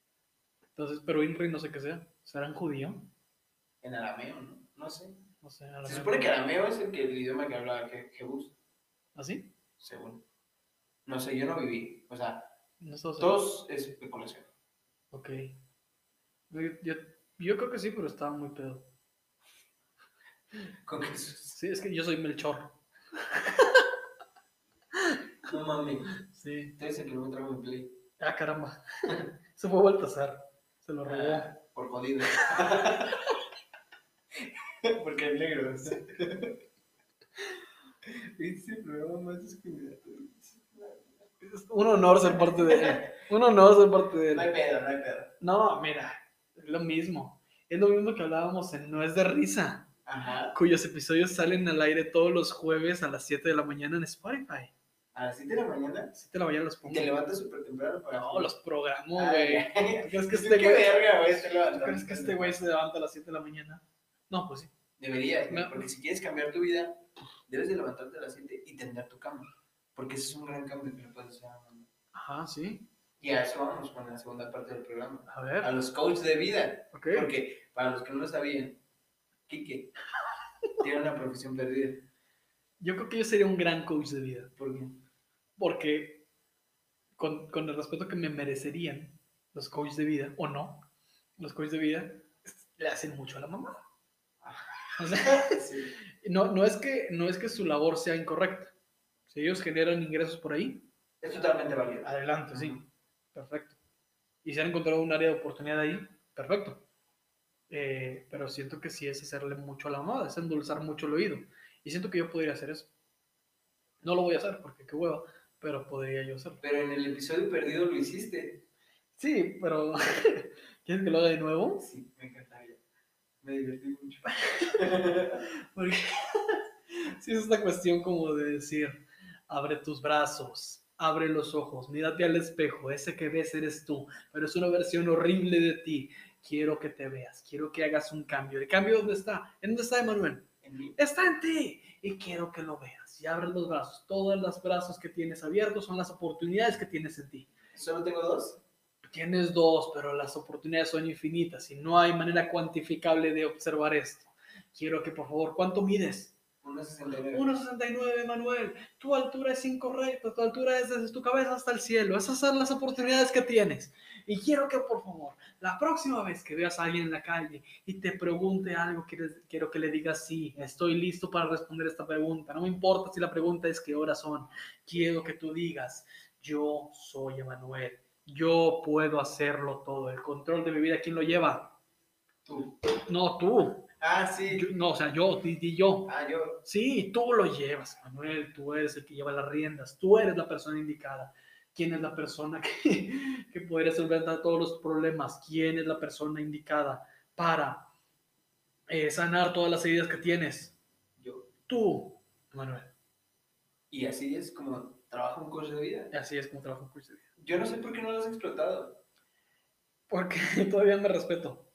Entonces, pero Inri no sé qué sea. ¿Serán judío?
En arameo, ¿no? No sé.
No sé. a lo
Se
mejor-
supone que arameo es el, que, el idioma que hablaba Je- Jebus,
¿Así?
según. No sé, yo no viví. O sea,
No sé. o sea,
Dos es especulación.
Ok. Yo, yo, yo creo que sí, pero estaba muy pedo.
Con Jesús.
Sí, es que yo soy Melchor.
No mames.
Sí.
Ustedes se kilómetros en play.
Ah, caramba. Se fue Baltasar. Se lo robó.
Ah, por jodido. Porque es negro. Este programa más discriminatorio.
Es un honor ser parte de él. Un honor ser parte de
No hay
él.
pedo, no hay pedo.
No, mira. Es lo mismo. Es lo mismo que hablábamos en No es de risa.
Ajá.
cuyos episodios salen al aire todos los jueves a las 7 de la mañana en Spotify.
A las 7 de la mañana.
7 de la mañana los
Y
pongo.
te levantas súper temprano para.
No, los programo,
Ah,
güey.
ya.
¿Tú crees que
Pues,
este
qué
güey-
verga, güey, te
¿tú
levantas.
crees que este güey se levanta a las 7 de la mañana? No, pues sí.
Deberías, güey,
No.
porque si quieres cambiar tu vida, debes de levantarte a las 7 y tender tu cama. Porque ese es un gran cambio que le puedes hacer a un hombre.
Ajá, sí. Ah,
Y a eso vamos con la segunda parte del programa.
A
A
ver,
los coaches de vida.
ok.
Porque para los que no lo sabían, Kike tiene una profesión perdida.
Yo creo que yo sería un gran coach de vida.
¿Por qué?
Porque con, con el respeto que me merecerían los coaches de vida, o no, los coaches de vida le hacen mucho a la mamá. O sea,
Sí.
no, no, es que, no es que su labor sea incorrecta. Si ellos generan ingresos por ahí,
Es totalmente válido.
Adelante,
Ujú.
sí. Perfecto. Y si han encontrado un área de oportunidad ahí, perfecto. Eh, pero siento que sí es hacerle mucho a la moda, es endulzar mucho el oído. Y siento que yo podría hacer eso. No lo voy a hacer porque qué hueva, pero podría yo hacerlo.
Pero en el episodio perdido lo hiciste.
Sí, pero ¿quieres que lo haga de nuevo?
Sí, me encantaría. Me divertí mucho.
Porque sí es esta cuestión como de decir, abre tus brazos, abre los ojos, mírate al espejo, ese que ves eres tú, pero es una versión horrible de ti. Quiero que te veas, quiero que hagas un cambio. ¿El cambio dónde está? ¿En dónde está Emanuel?
En mí.
Está en ti y quiero que lo veas. Y abre los brazos, todos los brazos que tienes abiertos son las oportunidades que tienes en ti.
¿Solo tengo dos?
Tienes dos, pero las oportunidades son infinitas y no hay manera cuantificable de observar esto. Quiero que por favor, ¿cuánto mides?
Uno 69.
1,69, Manuel. Tu altura es incorrecta, tu altura es desde tu cabeza hasta el cielo. Esas son las oportunidades que tienes. Y quiero que, por favor, la próxima vez que veas a alguien en la calle y te pregunte algo, quiero- quiero que le digas sí, estoy listo para responder esta pregunta. No me importa si la pregunta es qué horas son. Quiero que tú digas, yo soy Emanuel. Yo puedo hacerlo todo. El control de mi vida, ¿quién lo lleva?
Tú.
No, tú.
Ah, sí.
Yo- no, o sea, yo, di, di yo.
Ah, yo.
Sí, tú lo llevas, Manuel, tú eres el que lleva las riendas, tú eres la persona indicada. ¿Quién es la persona que, que puede resolver todos los problemas? ¿Quién es la persona indicada para eh, sanar todas las heridas que tienes?
Yo.
Tú, Manuel.
Y así es como trabaja un curso de vida.
Así es como trabajo en Cruz de Vida.
Yo no sé por qué no lo has explotado.
Porque todavía me respeto.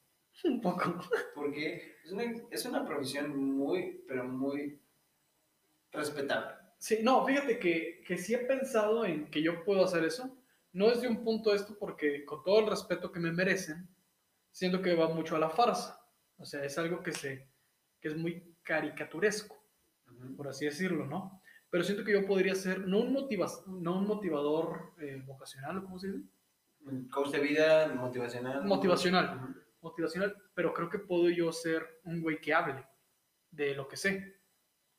Un poco.
Porque es una, es una profesión muy, pero muy respetable.
Sí, no, fíjate que, que sí he pensado en que yo puedo hacer eso. No es de un punto esto porque con todo el respeto que me merecen, siento que va mucho a la farsa. O sea, es algo que, se, que es muy caricaturesco,
Ujú.
por así decirlo, ¿no? Pero siento que yo podría ser, no un, motiva, no un motivador eh, vocacional, ¿o ¿cómo se dice?
Coach de vida, motivacional.
Motivacional.
Ujú.
Motivacional, pero creo que puedo yo ser un güey que hable de lo que sé. ¿De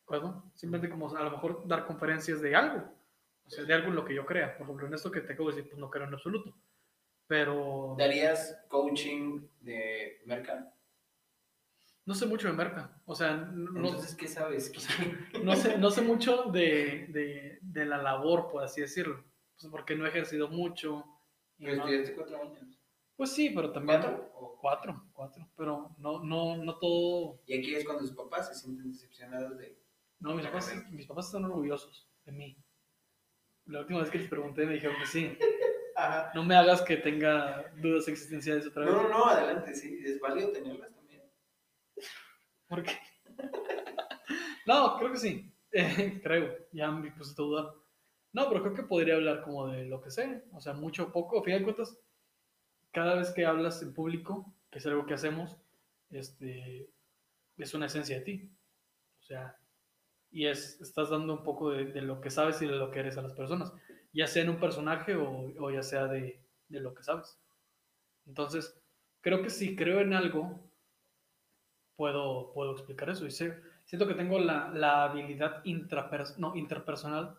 acuerdo? Simplemente como a lo mejor dar conferencias de algo. O sea, de algo en lo que yo crea. Por ejemplo, en esto que te acabo de decir, pues no creo en absoluto. Pero
¿Darías coaching de mercado?
no sé mucho de merca. O sea, no,
Entonces, ¿qué sabes?
no sé, no sé mucho de, de- de la labor, por así decirlo. Pues porque no he ejercido mucho. y
Pero
no-
estudiaste cuatro años.
pues sí, pero también...
Pues, ¿Cuatro? ¿O-
Cuatro, cuatro. Pero no, no, no todo...
Y aquí es cuando sus papás se sienten decepcionados de...
No, mis papás, mis papás están orgullosos de mí. La última vez que les pregunté me dijeron que sí.
Ajá.
No me hagas que tenga dudas existenciales otra
No,
vez.
no, no, adelante, sí. Es válido tenerlas también.
¿Por qué? No, creo que sí. Eh, creo. Ya me puse a dudar. No, pero creo que podría hablar como de lo que sé. O sea, mucho o poco. A fin de cuentas, cada vez que hablas en público, que es algo que hacemos, este, es una esencia de ti. O sea, y es, estás dando un poco de, de lo que sabes y de lo que eres a las personas. Ya sea en un personaje o, o ya sea de, de lo que sabes. Entonces, creo que si creo en algo, puedo, puedo explicar eso. Y sé- siento que tengo la, la habilidad intrapers- no, interpersonal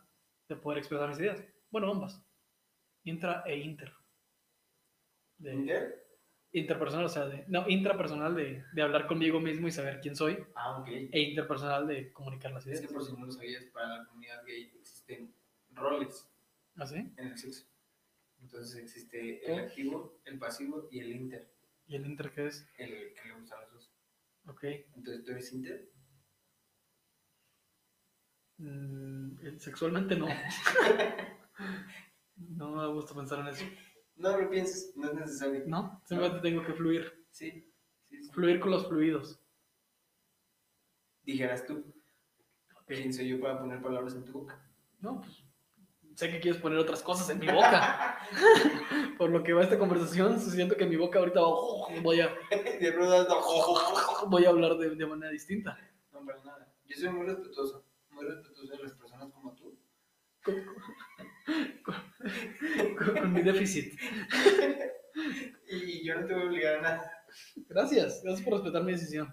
de poder expresar mis ideas. Bueno, ambas. Intra e inter. De-
¿Ya?
interpersonal, o sea, de, no, intrapersonal de, de hablar conmigo mismo y saber quién soy.
Ah, ok.
E interpersonal de comunicar las
Es
ideas.
que por si no lo sabías, para la comunidad gay existen roles
¿Así?
en el sexo. Entonces existe el
Ok.
activo, el pasivo y el inter,
¿Y el inter qué es?
el que le gustan los dos.
Ok.
Entonces tú eres inter.
Mm, eh, sexualmente no. no me gusta pensar en eso.
No lo pienses, no es necesario.
No,
Ah.
simplemente tengo que fluir.
Sí, sí, sí.
Fluir con los fluidos.
Dijeras tú, ¿quién soy yo para poner palabras en tu boca?
No, pues, sé que quieres poner otras cosas en mi boca. Por lo que va esta conversación, siento que mi boca ahorita va, oh, voy, a,
De pronto, no,
voy a hablar de, de manera distinta.
no, para nada. Yo soy muy respetuoso, muy respetuoso de las personas como tú.
Con, con mi déficit.
Y yo no te voy a obligar a nada.
Gracias, gracias por respetar mi decisión.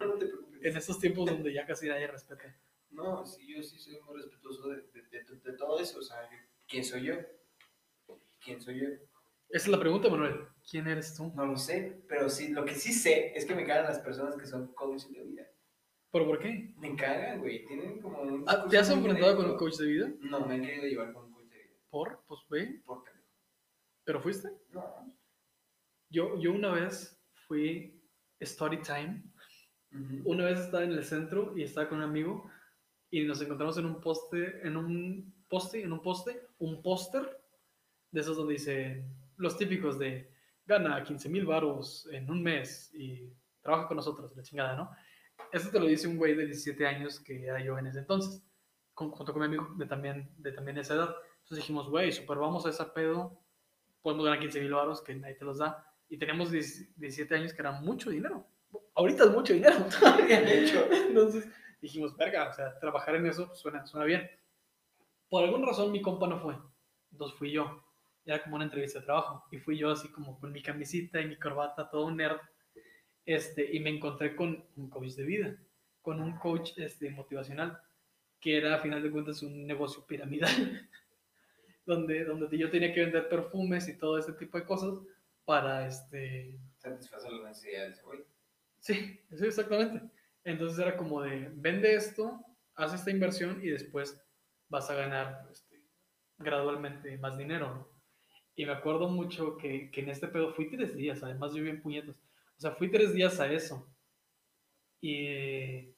No, no te preocupes.
En estos tiempos donde ya casi nadie respeta.
No, sí, yo sí soy muy respetuoso de, de- de- de todo eso. O sea, yo- ¿quién soy yo? ¿Quién soy yo?
Esa es la pregunta, Manuel. ¿Quién eres tú?
No lo sé, pero sí, lo que sí sé es que me cagan las personas que son coaches de vida.
¿Pero por qué?
Me cagan, güey. Tienen como un.
Ah, ¿Te has
discurso muy
enfrentado con un
directo.
coach de vida?
No, me han querido llevar con un coach de vida.
¿Por? Pues ve.
Por pendejo.
¿Pero fuiste?
No.
Yo, yo una vez fui study time.
Ujú.
Una vez estaba en el centro y estaba con un amigo y nos encontramos en un poste, en un poste, en un poste, un póster de esos donde dice los típicos de gana 15 mil varos en un mes y trabaja con nosotros, la chingada, ¿no? Eso te lo dice un güey de 17 años que era yo en ese entonces, con- junto con mi amigo de también, de también esa edad. Entonces dijimos, güey, super vamos a esa pedo, podemos ganar 15 mil varos que nadie te los da. Y teníamos 10 17 años que era mucho dinero. Ahorita es mucho dinero todavía.
De hecho.
Entonces dijimos, verga, o sea, trabajar en eso pues, suena, suena bien. Por alguna razón mi compa no fue, entonces fui yo. Era como una entrevista de trabajo y fui yo así como con mi camisita y mi corbata, todo un nerd. Este, y me encontré con un coach de vida, con un coach este, motivacional, que era a final de cuentas un negocio piramidal, donde, donde yo tenía que vender perfumes y todo ese tipo de cosas para, este,
Satisfacer las necesidades de ese güey.
Sí, sí, exactamente. Entonces era como de, vende esto, haz esta inversión y después vas a ganar este, gradualmente más dinero, ¿no? Y me acuerdo mucho que, que en este pedo fui tres días, además yo bien puñetas. O sea, fui tres días a eso. Y, y,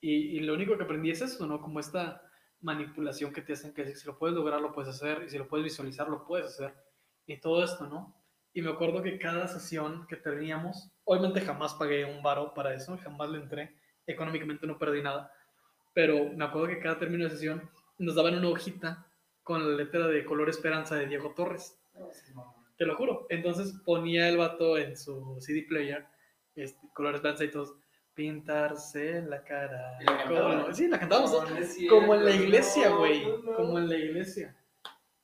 y lo único que aprendí es eso, ¿no? Como esta manipulación que te hacen, que si lo puedes lograr, lo puedes hacer, y si lo puedes visualizar, lo puedes hacer. Y todo esto, ¿no? Y me acuerdo que cada sesión que teníamos, obviamente jamás pagué un baro para eso, jamás le entré, económicamente no perdí nada, pero me acuerdo que cada término de sesión nos daban una hojita con la letra de color esperanza de Diego Torres,
No, ese es mamón.
te lo juro. Entonces ponía el vato en su CD player, este, color esperanza y todos, pintarse la cara.
Y la cantaban.
con-". Sí, la cantábamos todos.
No, no es
Como en la
cierto,
iglesia,
no,
güey.
no, no.
Como en la iglesia.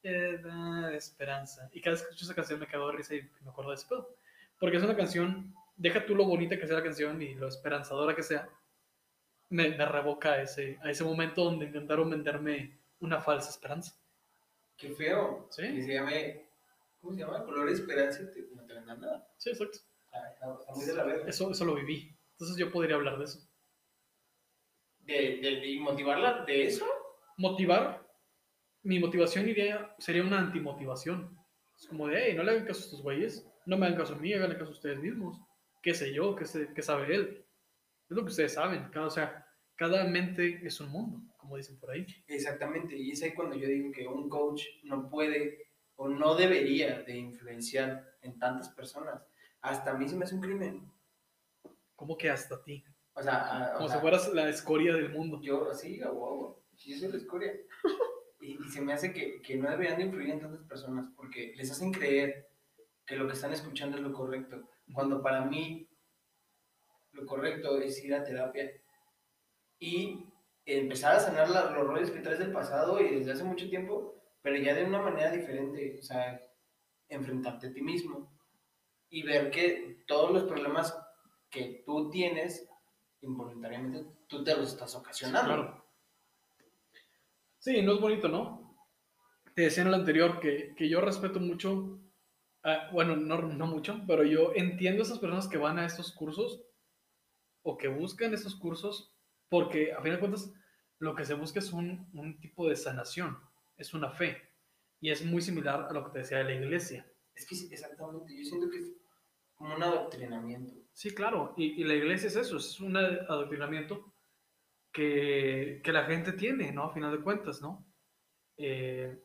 Era esperanza. Y cada vez que escucho esa canción me cago de risa y me acuerdo de ese pedo. Porque es una canción, deja tú lo bonita que sea la canción y lo esperanzadora que sea, me, me revoca a ese, a ese momento donde intentaron venderme una falsa esperanza.
Qué feo.
Sí.
Que se llame. ¿Cómo se llama? Color Esperanza. y te- No te vendan nada.
Sí, exacto.
Ah, está- está muy de la verga.
Eso, eso lo viví. Entonces yo podría hablar de eso.
De, de, de motivarla de eso.
Motivar, mi motivación iría, sería una antimotivación. Es como de, hey, no le hagan caso a estos güeyes, no me hagan caso a mí, háganle caso a ustedes mismos. ¿Qué sé yo? ¿Qué, sé- qué sabe él? Es lo que ustedes saben. Cada, o sea, cada mente es un mundo, como dicen por ahí.
Exactamente, y es ahí cuando yo digo que un coach no puede o no debería de influenciar en tantas personas. Hasta a mí se me hace un crimen.
Como que hasta ti.
O sea, a- o
Como
sea,
si fueras la escoria del mundo.
yo así, a huevo, yo soy la escoria. y, y se me hace que, que no deberían de influir en tantas personas porque les hacen creer que lo que están escuchando es lo correcto, cuando para mí lo correcto es ir a terapia y empezar a sanar la- los roles que traes del pasado y desde hace mucho tiempo, pero ya de una manera diferente, o sea, enfrentarte a ti mismo y ver que todos los problemas que tú tienes involuntariamente tú te los estás ocasionando.
Claro. Sí, no es bonito, ¿no? Te decía en el anterior que, que yo respeto mucho, ah, bueno, no, no mucho, pero yo entiendo a esas personas que van a estos cursos o que buscan estos cursos porque a fin de cuentas lo que se busca es un, un tipo de sanación, es una fe y es muy similar a lo que te decía de la iglesia.
Es que sí, exactamente, yo siento que es como un adoctrinamiento.
Sí, claro, y, y la iglesia es eso, es un ad- adoctrinamiento que, que la gente tiene, ¿no? A final de cuentas, ¿no? Eh,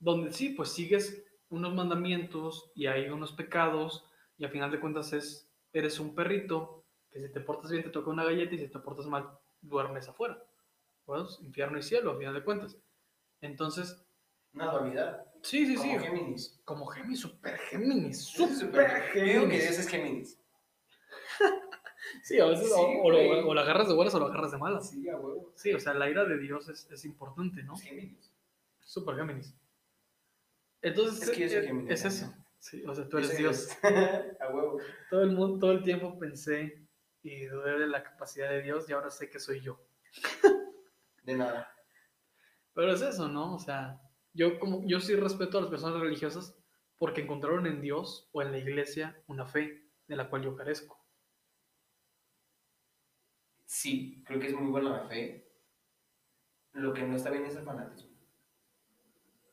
donde sí, pues sigues unos mandamientos y hay unos pecados y a final de cuentas es, eres un perrito que si te portas bien te toca una galleta y si te portas mal duermes afuera. Bueno, es infierno y cielo, a final de cuentas. Entonces,
Una dualidad.
sí, sí, sí.
como Géminis.
Como Géminis, super Géminis, super
Súper. Yo digo que
Géminis.
Dios es Géminis.
Sí, a veces
Sí,
o, o
güey.
lo, o la agarras de buenas o lo agarras de malas.
Sí, a huevo.
Sí, o sea, la ira de Dios es, es importante, ¿no?
Es Géminis.
Super Géminis. Entonces,
Es que yo soy
eh,
Géminis,
es
¿no?
eso. Sí, o sea, tú eres
Ese
Dios.
es- a huevo.
Todo el, mundo, todo el tiempo pensé y dudé de la capacidad de Dios y ahora sé que soy yo.
De nada.
Pero es eso, ¿no? O sea, yo, como, yo sí respeto a las personas religiosas porque encontraron en Dios o en la iglesia una fe de la cual yo carezco.
sí, creo que es muy buena la fe. Lo que no está bien es el fanatismo.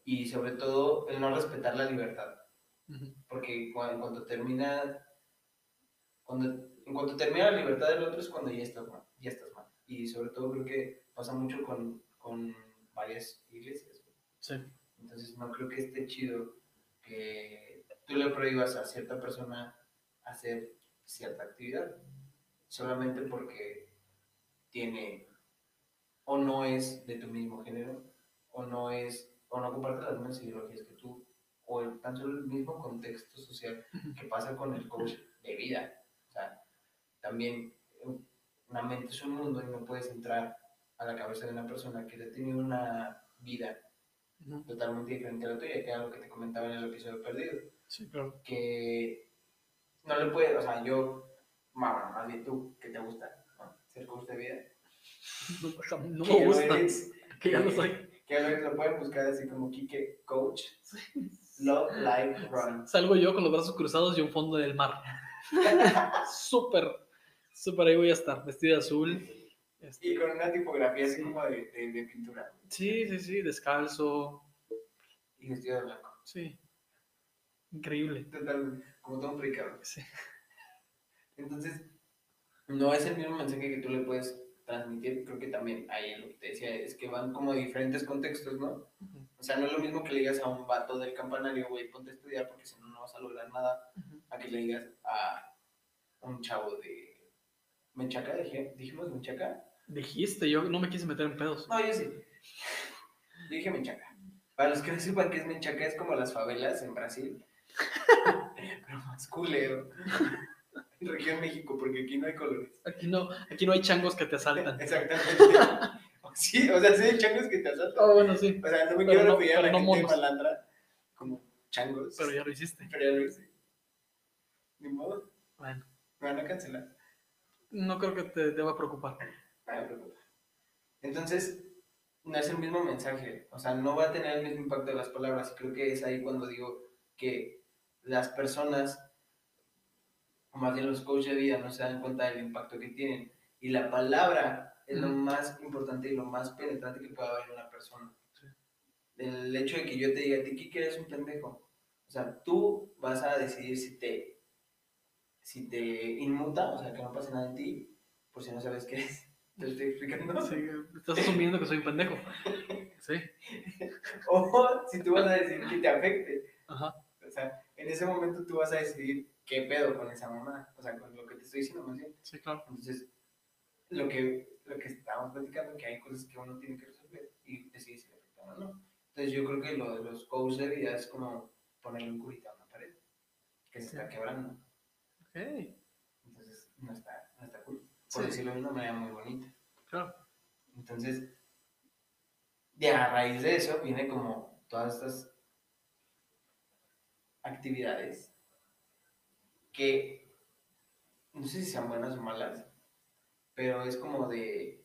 Y sobre todo el no respetar la libertad.
Ujú.
Porque cua- en cuanto termina, cuando, en cuanto termina la libertad del otro es cuando ya estás mal. Ya estás mal. Y sobre todo creo que pasa mucho con, con varias iglesias.
Sí.
Entonces no creo que esté chido que tú le prohíbas a cierta persona hacer cierta actividad solamente porque tiene o no es de tu mismo género o no es o no comparte las mismas ideologías que tú o el, tan solo el mismo contexto social que pasa con el coach de vida. O sea, también eh, una mente es un mundo y no puedes entrar a la cabeza de una persona que ya ha tenido una vida
Ujú.
totalmente diferente a la tuya, que era lo que te comentaba en el episodio perdido.
Sí, claro.
Que no le puedes, o sea, yo, mamá, más bien tú, que te gusta, ¿no? Ser coach de vida.
No, o sea, no
Que
me
lo
gusta.
eres,
Que ya no soy.
Que lo, eres, lo pueden buscar así como Kike Coach. Love Life Run.
Salgo yo con los brazos cruzados y un fondo del mar. súper, súper ahí voy a estar, vestido de azul. Este,
Y con una tipografía así como de, de- de pintura.
Sí, sí, sí, descalzo.
Y vestido de blanco.
Sí. Increíble.
Total, como todo un predicador.
Sí.
Entonces, no es el mismo mensaje que tú le puedes transmitir. Creo que también ahí lo que te decía es que van como diferentes contextos, ¿no?
Ujú.
O sea, no es lo mismo que le digas a un vato del campanario, güey, ponte a estudiar porque si no, no vas a lograr nada,
Ujú.
a que le digas a un chavo de. ¿Menchaca? Dije- ¿Dijimos Menchaca?
Dijiste, yo no me quise meter en pedos.
No, yo sí. Yo dije Menchaca. Para los que no sepan qué es Menchaca, es como las favelas en Brasil, pero más culero. En región México, porque aquí no hay colores.
Aquí no, aquí no hay changos que te asaltan.
Exactamente. sí, o sea, sí hay changos que te asaltan.
Ah, bueno, sí.
O sea, no me
Pero
quiero
no-
referir a la
pero no
gente
monos.
malandra como changos.
Pero ya lo hiciste.
Pero ya lo hice. Ni modo,
Bueno,
me van a cancelar.
no creo que te deba preocupar.
No me preocupa. Entonces, no es el mismo mensaje. O sea, no va a tener el mismo impacto de las palabras. Creo que es ahí cuando digo que las personas, o más bien los coaches de vida, no se dan cuenta del impacto que tienen. Y la palabra es lo
Ujú.
más importante y lo más penetrante que puede haber en una persona.
Sí.
el hecho de que yo te diga a ti Kike, eres un pendejo. O sea, tú vas a decidir si te, si te inmuta, o sea, que no pase nada en ti, por si no sabes qué es. Te lo estoy explicando.
Sí, estás asumiendo que soy un pendejo. Sí.
O si tú vas a decidir que te afecte.
Ajá.
O sea, en ese momento tú vas a decidir qué pedo con esa mamá. O sea, con lo que te estoy diciendo más bien.
Sí, claro.
Entonces, lo que, lo que estábamos platicando, que hay cosas que uno tiene que resolver y decidir si le afectan o no. Entonces, yo creo que lo de los coaches de vida es como ponerle un curita a una pared que se está quebrando.
Ok.
Entonces, no está, no está cool. Por
Sí.
decirlo de una manera muy bonita.
Claro.
Entonces, de a raíz de eso viene como todas estas actividades que no sé si sean buenas o malas, pero es como de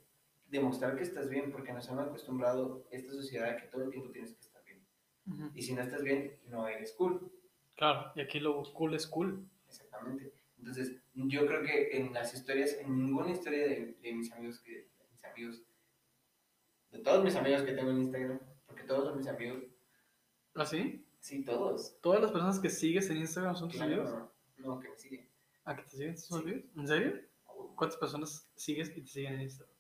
demostrar que estás bien, porque nos han acostumbrado esta sociedad a que todo el tiempo tienes que estar bien.
Ujú.
Y si no estás bien, no eres cool.
Claro, y aquí lo cool es cool.
Exactamente. Entonces, yo creo que en las historias, en ninguna historia de, de mis amigos, que, de mis amigos, de todos mis amigos que tengo en Instagram, porque todos son mis amigos,
¿Así?
sí, todos.
¿Todas las personas que sigues en Instagram son tus amigos?
Claro, no, no, que me siguen.
¿A que te siguen tus
Sí.
amigos? ¿En serio?
A huevo.
¿Cuántas personas sigues y te siguen en Instagram?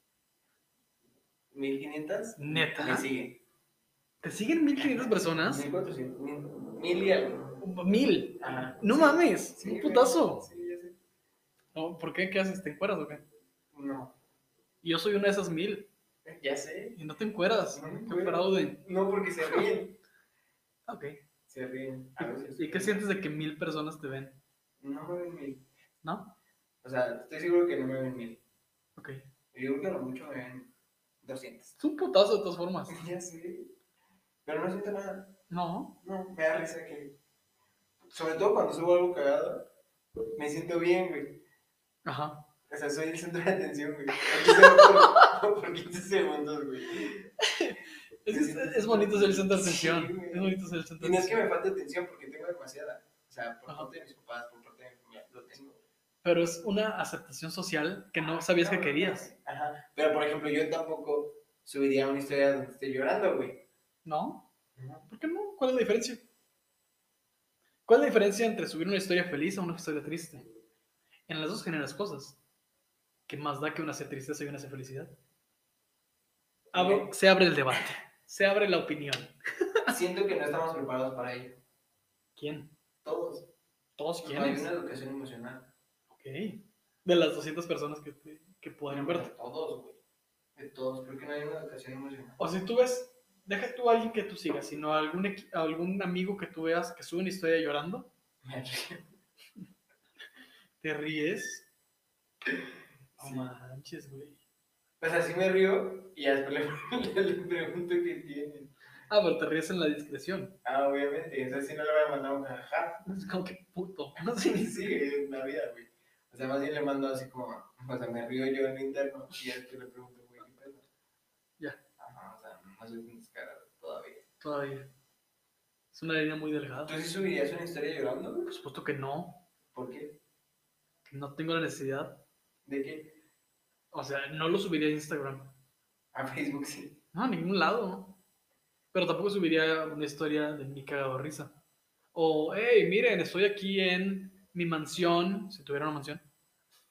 1500
Neta.
me siguen.
¿Te siguen 1500 personas?
1400, mil- mil y algo.
¡Mil!
Ajá.
¡No
Sí.
mames!
Sí,
¡Un
güey.
putazo!
Sí, ya sé.
No, ¿Por qué? ¿Qué haces? ¿Te encueras o qué?
No,
Y Yo soy una de esas mil
ya sé.
y no te encueras.
No me
¡Qué
encuero.
fraude!
No, porque se ríen.
Ok.
Se ríen. A veces.
¿Y qué sientes de que mil personas te ven?
No me ven mil.
¿No?
O sea, estoy seguro que no me ven mil.
Ok.
Yo creo que a lo mucho me ven 200.
Es un putazo de todas formas.
Ya sé. Pero no siento nada.
No.
No, me da risa que. Sobre todo cuando subo algo cagado, me siento bien, güey.
Ajá.
O sea, soy el centro de atención, güey. Aquí se va Por, por 15 segundos, güey.
Es, que es- es bonito ser el centro de atención. Es bonito ser el centro
Y
de
no es
atención.
que me falte atención porque tengo demasiada. O sea, por
Ajá.
parte de mis papás, por parte de mi familia, lo tengo.
pero es una aceptación social que no sabías que querías,
Ajá. Pero, por ejemplo, yo tampoco subiría una historia donde esté llorando, güey.
¿no? ¿Por qué no? ¿Cuál es la diferencia? ¿Cuál es la diferencia entre subir una historia feliz a una historia triste? En las dos generas cosas. ¿Qué más da que una sea tristeza y una sea felicidad? Abro- se abre el debate, se abre la opinión.
Siento que no estamos preparados para ello.
¿Quién?
Todos.
¿Todos
No hay
quiénes?
una educación emocional.
Ok. De las 200 personas que, te- que podrían
De
verte.
todos, güey. De todos. Creo que no hay una educación emocional.
O si tú ves, deja tú a alguien que tú sigas, sino a algún, equi- a algún amigo que tú veas que sube una historia llorando,
Me río.
te ríes. No
Sí.
manches, güey.
Pues así me río y ya después le, le pregunto qué tiene.
Ah, pero te ríes en la discreción.
Ah, obviamente. O sea, si no le voy a mandar un jajaja.
Es como que puto. No
Sí,
sé.
sí, es la vida, güey. O sea, más bien le mando así como, o sea, me río yo en lo interno y ya después le pregunto, güey, ¿qué pedo?
Ya.
Ajá, o sea, no soy tan descarado todavía.
Todavía. Es una línea muy delgada.
¿Tú sí subirías una historia llorando? güey?
Por supuesto que no.
¿Por qué?
que No tengo la necesidad.
¿De qué?
O sea, no lo subiría a Instagram.
A Facebook sí.
No, a ningún lado, ¿no? Pero tampoco subiría una historia de mi cagado de risa. O, hey, miren, estoy aquí en mi mansión, si tuviera una mansión,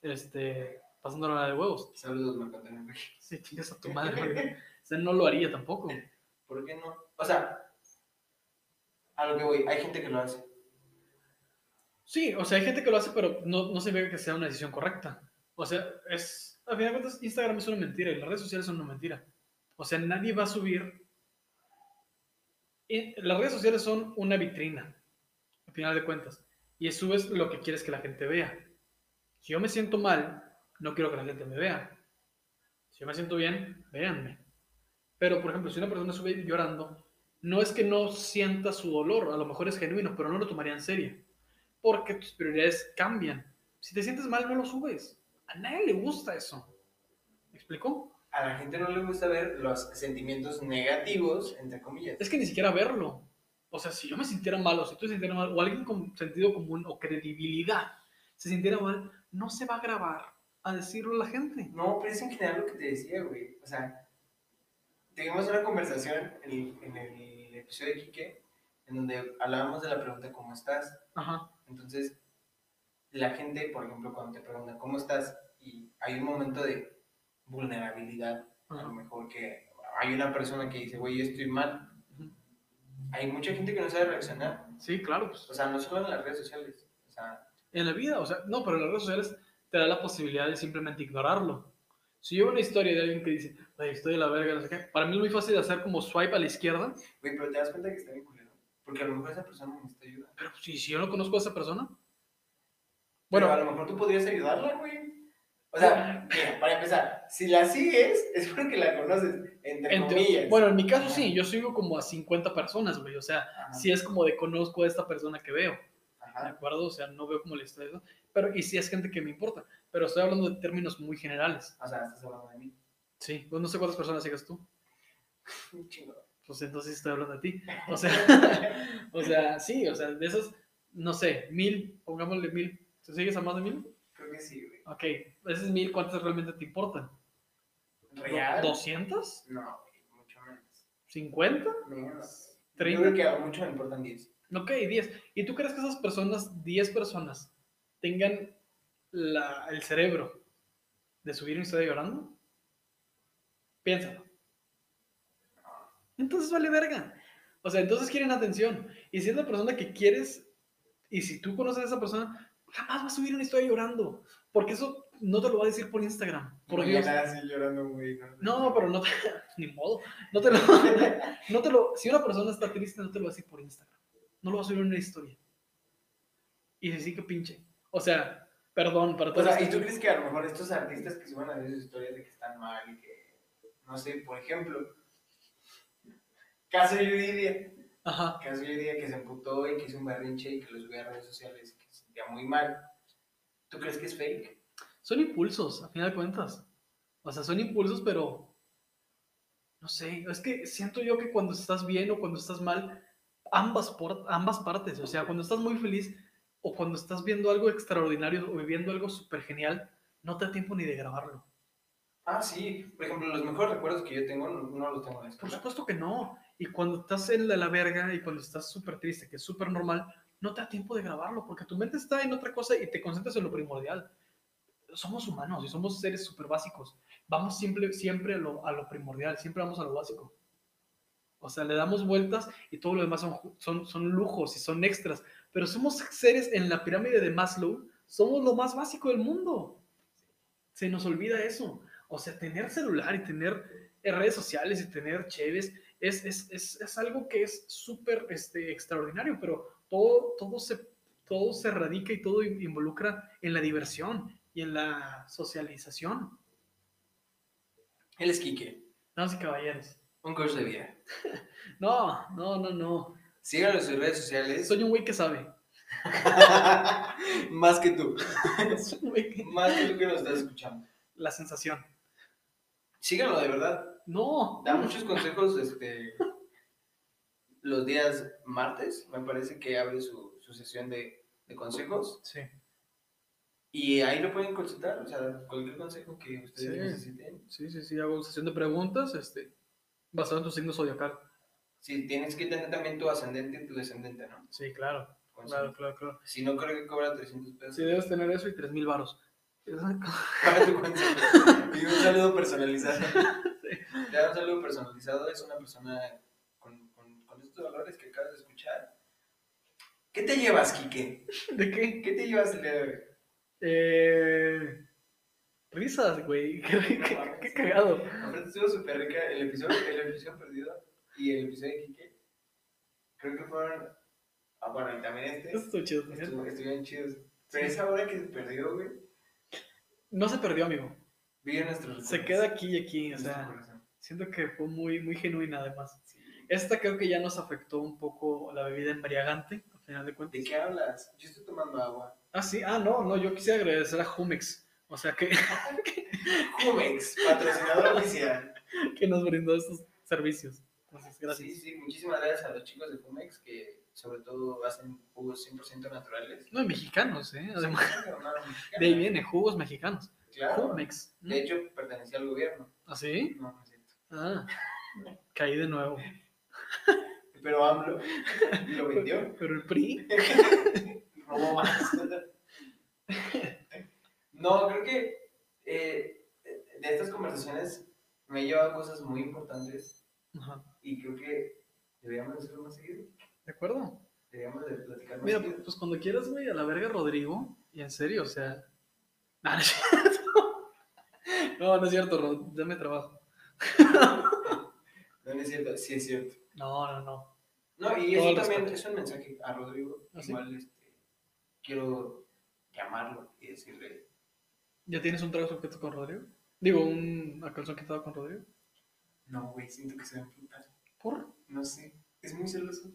este, pasando la de huevos.
Saludos, Marco Antonio Regil.
Sí, chingas a tu madre. güey. O sea, no lo haría tampoco.
¿Por qué no? O sea, a lo que voy, hay gente que lo hace.
Sí, o sea, hay gente que lo hace, pero no, no se ve que sea una decisión correcta. O sea, es, a fin de cuentas, Instagram es una mentira y las redes sociales son una mentira. O sea, nadie va a subir. y las redes sociales son una vitrina, al final de cuentas. Y subes lo que quieres que la gente vea. Si yo me siento mal, no quiero que la gente me vea. Si yo me siento bien, véanme. Pero, por ejemplo, si una persona sube llorando, no es que no sienta su dolor, a lo mejor es genuino, pero no lo tomaría en serio porque tus prioridades cambian. Si te sientes mal, no lo subes. A nadie le gusta eso. ¿Me explicó?
A la gente no le gusta ver los sentimientos negativos, entre comillas.
Es que ni siquiera verlo. O sea, si yo me sintiera mal, o si tú te sintieras mal, o alguien con sentido común o credibilidad se sintiera mal, no se va a grabar a decirlo a la gente.
No, pero es en general lo que te decía, güey. O sea, tuvimos una conversación en el, en el episodio de Quique, en donde hablábamos de la pregunta ¿cómo estás?
Ajá.
Entonces, la gente, por ejemplo, cuando te pregunta ¿cómo estás? Y hay un momento de vulnerabilidad, a lo
ajá.
mejor que hay una persona que dice, güey, yo estoy mal.
Ujú.
Hay mucha gente que no sabe reaccionar.
Sí, claro. pues.
O sea, no solo en las redes sociales. O sea,
en la vida, o sea, no, pero en las redes sociales te da la posibilidad de simplemente ignorarlo. Si yo veo una historia de alguien que dice, "Ay, estoy de la verga, no sé qué", para mí es muy fácil de hacer como swipe a la izquierda
güey, pero te das cuenta que está bien culero. Porque a lo mejor esa persona necesita ayuda.
Pero pues, si, si yo no conozco a esa persona.
Bueno,
Bueno,
a lo mejor tú podrías ayudarla, güey. O sea, mira, para empezar, si la sigues, es porque la conoces, entre,
en teo-
comillas.
bueno, en mi caso sí, yo sigo como a 50 personas, güey. O sea,
Ajá,
si es como de conozco a esta persona que veo, ¿de
ajá.
acuerdo? O sea, no veo como la historia. ¿no? Pero, y si es gente que me importa. Pero estoy hablando de términos muy generales.
O sea, estás hablando de mí.
Sí, pues no sé cuántas personas sigas tú.
Un chingo.
Pues entonces estoy hablando de ti. O sea, o sea, sí, o sea, de esos, no sé, mil, pongámosle mil. ¿Tú sigues a más de mil?
Creo que sí, güey.
Ok, esas mil, ¿cuántas realmente te importan?
¿Real?
¿200?
No, güey, mucho menos.
¿50?
Menos.
¿Treinta?
Yo creo que a mucho me importan 10.
Ok, 10. ¿Y tú crees que esas personas, 10 personas, tengan la- el cerebro de subir una historia llorando? Piénsalo. Entonces vale verga. O sea, entonces quieren atención. Y si es la persona que quieres, y si tú conoces a esa persona, jamás va a subir una historia llorando. Porque eso no te lo va a decir por Instagram. Por Dios.
Mañana así llorando, güey.
No, pero no te. Ni modo. No te lo. No te lo. Si una persona está triste, no te lo va a decir por Instagram. No lo va a subir en una historia. Y si sí que pinche. O sea, perdón para
O
todos.
sea,
los
Pues, ¿y tú
que-
crees que a lo mejor estos artistas que suben a veces historias de que están mal y que, no sé, por ejemplo, caso Yuridia,
Ajá.
caso Yuridia que se emputó y que hizo un berrinche y que lo subió a redes sociales y que se sentía muy mal, ¿tú crees que es fake?
Son impulsos, a final de cuentas. O sea, son impulsos, pero. No sé. Es que siento yo que cuando estás bien o cuando estás mal, ambas, por... ambas partes. O sea, cuando estás muy feliz. o cuando estás viendo algo extraordinario o viviendo algo súper genial, no te da tiempo ni de grabarlo.
Ah, sí. Por ejemplo, los mejores recuerdos que yo tengo no, no los tengo en la
Por
escuela.
supuesto que no. Y cuando estás en la, la verga y cuando estás súper triste, que es súper normal, no te da tiempo de grabarlo porque tu mente está en otra cosa y te concentras en lo primordial. Somos humanos y somos seres súper básicos. Vamos siempre, siempre a, lo, a lo primordial, siempre vamos a lo básico. O sea, le damos vueltas y todo lo demás son, ju- son, son lujos y son extras. Pero somos seres en la pirámide de Maslow, somos lo más básico del mundo. Se nos olvida eso. O sea, tener celular y tener en redes sociales y tener cheves es, es, es, es algo que es súper este, extraordinario, pero todo, todo, se, todo se radica y todo in- involucra en la diversión y en la socialización.
Él es Quique,
Damas y caballeros.
un coach de vida.
No, no, no, no.
Síganlo en sus redes sociales.
Soy un güey que sabe.
Más que tú.
Soy un güey que-
Más que tú que nos estás escuchando.
La sensación.
Síganlo de verdad.
No.
Da muchos consejos este, los días martes. Me parece que abre su, su sesión de, de consejos.
Sí.
Y ahí lo pueden consultar. O sea, cualquier consejo que ustedes
Sí.
necesiten.
Sí, sí, sí, hago una sesión de preguntas este, basado en tu signo zodiacal.
Si tienes que tener también tu ascendente y tu descendente, ¿no?
Sí, claro,
Con-
claro, claro, claro.
Si no, creo que cobra 300 pesos
Sí, debes tener eso y 3.000 varos.
para tu consejo. Y un saludo personalizado. Te da un saludo personalizado. Es una persona con, con- con estos valores que acabas de escuchar. ¿Qué te llevas, Quique?
¿De qué?
¿Qué te llevas el día de hoy?
Eh, risas, güey. Qué, qué- qué- qué cagado.
Aparte, estuvo súper rica el episodio, el episodio perdido y el episodio de Quique. Creo que fueron. Ah, bueno, y también este.
Esto chido también.
Estuvo- Estuvieron chidos. Pero esa hora que se perdió, güey,
No se perdió, amigo.
vive nuestros
Se
recuerdos.
queda aquí y aquí. O
Nuestro
sea,
corazón.
siento que fue muy, muy genuina además. Esta creo que ya nos afectó un poco la bebida embriagante, al final de cuentas.
¿De qué hablas? Yo estoy tomando agua.
Ah, sí. Ah, no, no. Yo quisiera agradecer a Jumex. O sea, que,
Jumex, patrocinador oficial.
que nos brindó estos servicios. Entonces, gracias.
Sí, sí, muchísimas gracias a los chicos de Jumex que, sobre todo, hacen jugos 100% naturales.
No, y mexicanos, ¿eh? Además,
Hermano mexicano.
de ahí viene, jugos mexicanos.
Claro.
Jumex. ¿no?
De hecho, pertenecía al gobierno.
¿Ah, sí?
No, no es cierto.
Ah, caí de nuevo.
Pero AMLO lo vendió,
Pero el PRI...
robó más. No, creo que eh, de estas conversaciones me he llevado cosas muy importantes
Ajá,
y creo que deberíamos hacerlo más seguido.
¿De acuerdo?
Deberíamos de platicar más
Mira,
seguido.
pues cuando quieras, güey, a la verga Rodrigo. Y en serio, o sea. No, no es cierto. No, no es cierto, Rod. Dame trabajo.
No, no es cierto, sí es cierto.
No, no, no.
No, y
Todo
eso
el
también
respeto.
es un mensaje a Rodrigo.
¿Ah, sí?
Igual este, quiero llamarlo y decirle,
¿Ya tienes un trago sujeto con Rodrigo? Digo, un a calzón quitado con Rodrigo.
no, güey, siento que se va a enfrentar.
Por,
No sé, es muy celoso.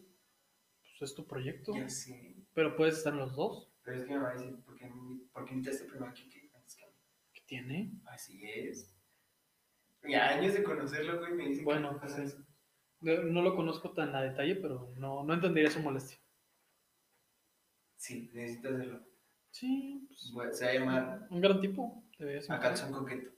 pues es tu proyecto.
Ya sé,
Pero puedes estar en los dos.
pero es que me va a decir, ¿por qué, no- por qué invitaste primero a Kike antes que a mí?
¿Qué tiene?
Así es. Y a años de conocerlo, güey, me dice que
Bueno,
no pasa
sí.
eso.
No, no lo conozco tan a detalle, pero no, no entendería su molestia.
Sí, necesito hacerlo.
Sí, pues.
Voy- Se va a llamar
Un gran tipo. Deberías
a
invitarlo.
calzón coqueto.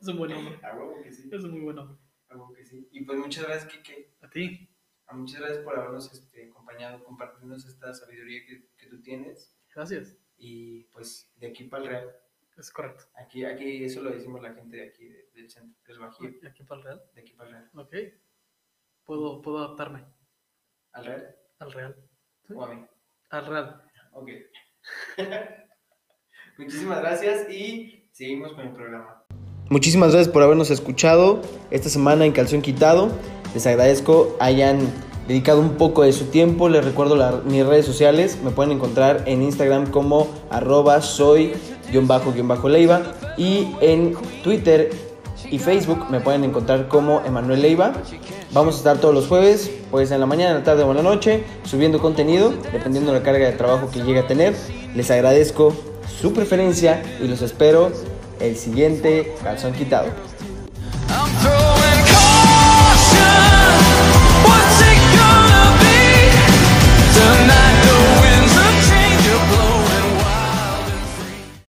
Es un buen hombre.
a huevo que sí,
Es un muy buen hombre.
a huevo que sí. Y pues muchas gracias, Kike.
A ti.
Ah, Muchas gracias por habernos este, acompañado, compartirnos esta sabiduría que, que tú tienes.
Gracias.
Y pues de aquí para el Real,
Es correcto.
aquí, aquí eso lo decimos la gente de aquí, de- del centro, del Bajío,
¿Y aquí para el Real?
de aquí para el Real.
Ok. Puedo, puedo adaptarme
¿Al Real
al Real.
o a mí?
Al Real.
Ok. Muchísimas gracias y seguimos con el programa.
Muchísimas gracias por habernos escuchado esta semana en Calzón Quitado. Les agradezco hayan dedicado un poco de su tiempo. Les recuerdo la- mis redes sociales. Me pueden encontrar en Instagram como arroba soy-leiva y en Twitter y Facebook me pueden encontrar como Emanuel Leiva. Vamos a estar todos los jueves, pues en la mañana, en la tarde o en la noche, subiendo contenido, dependiendo de la carga de trabajo que llegue a tener. Les agradezco su preferencia y los espero el siguiente calzón quitado.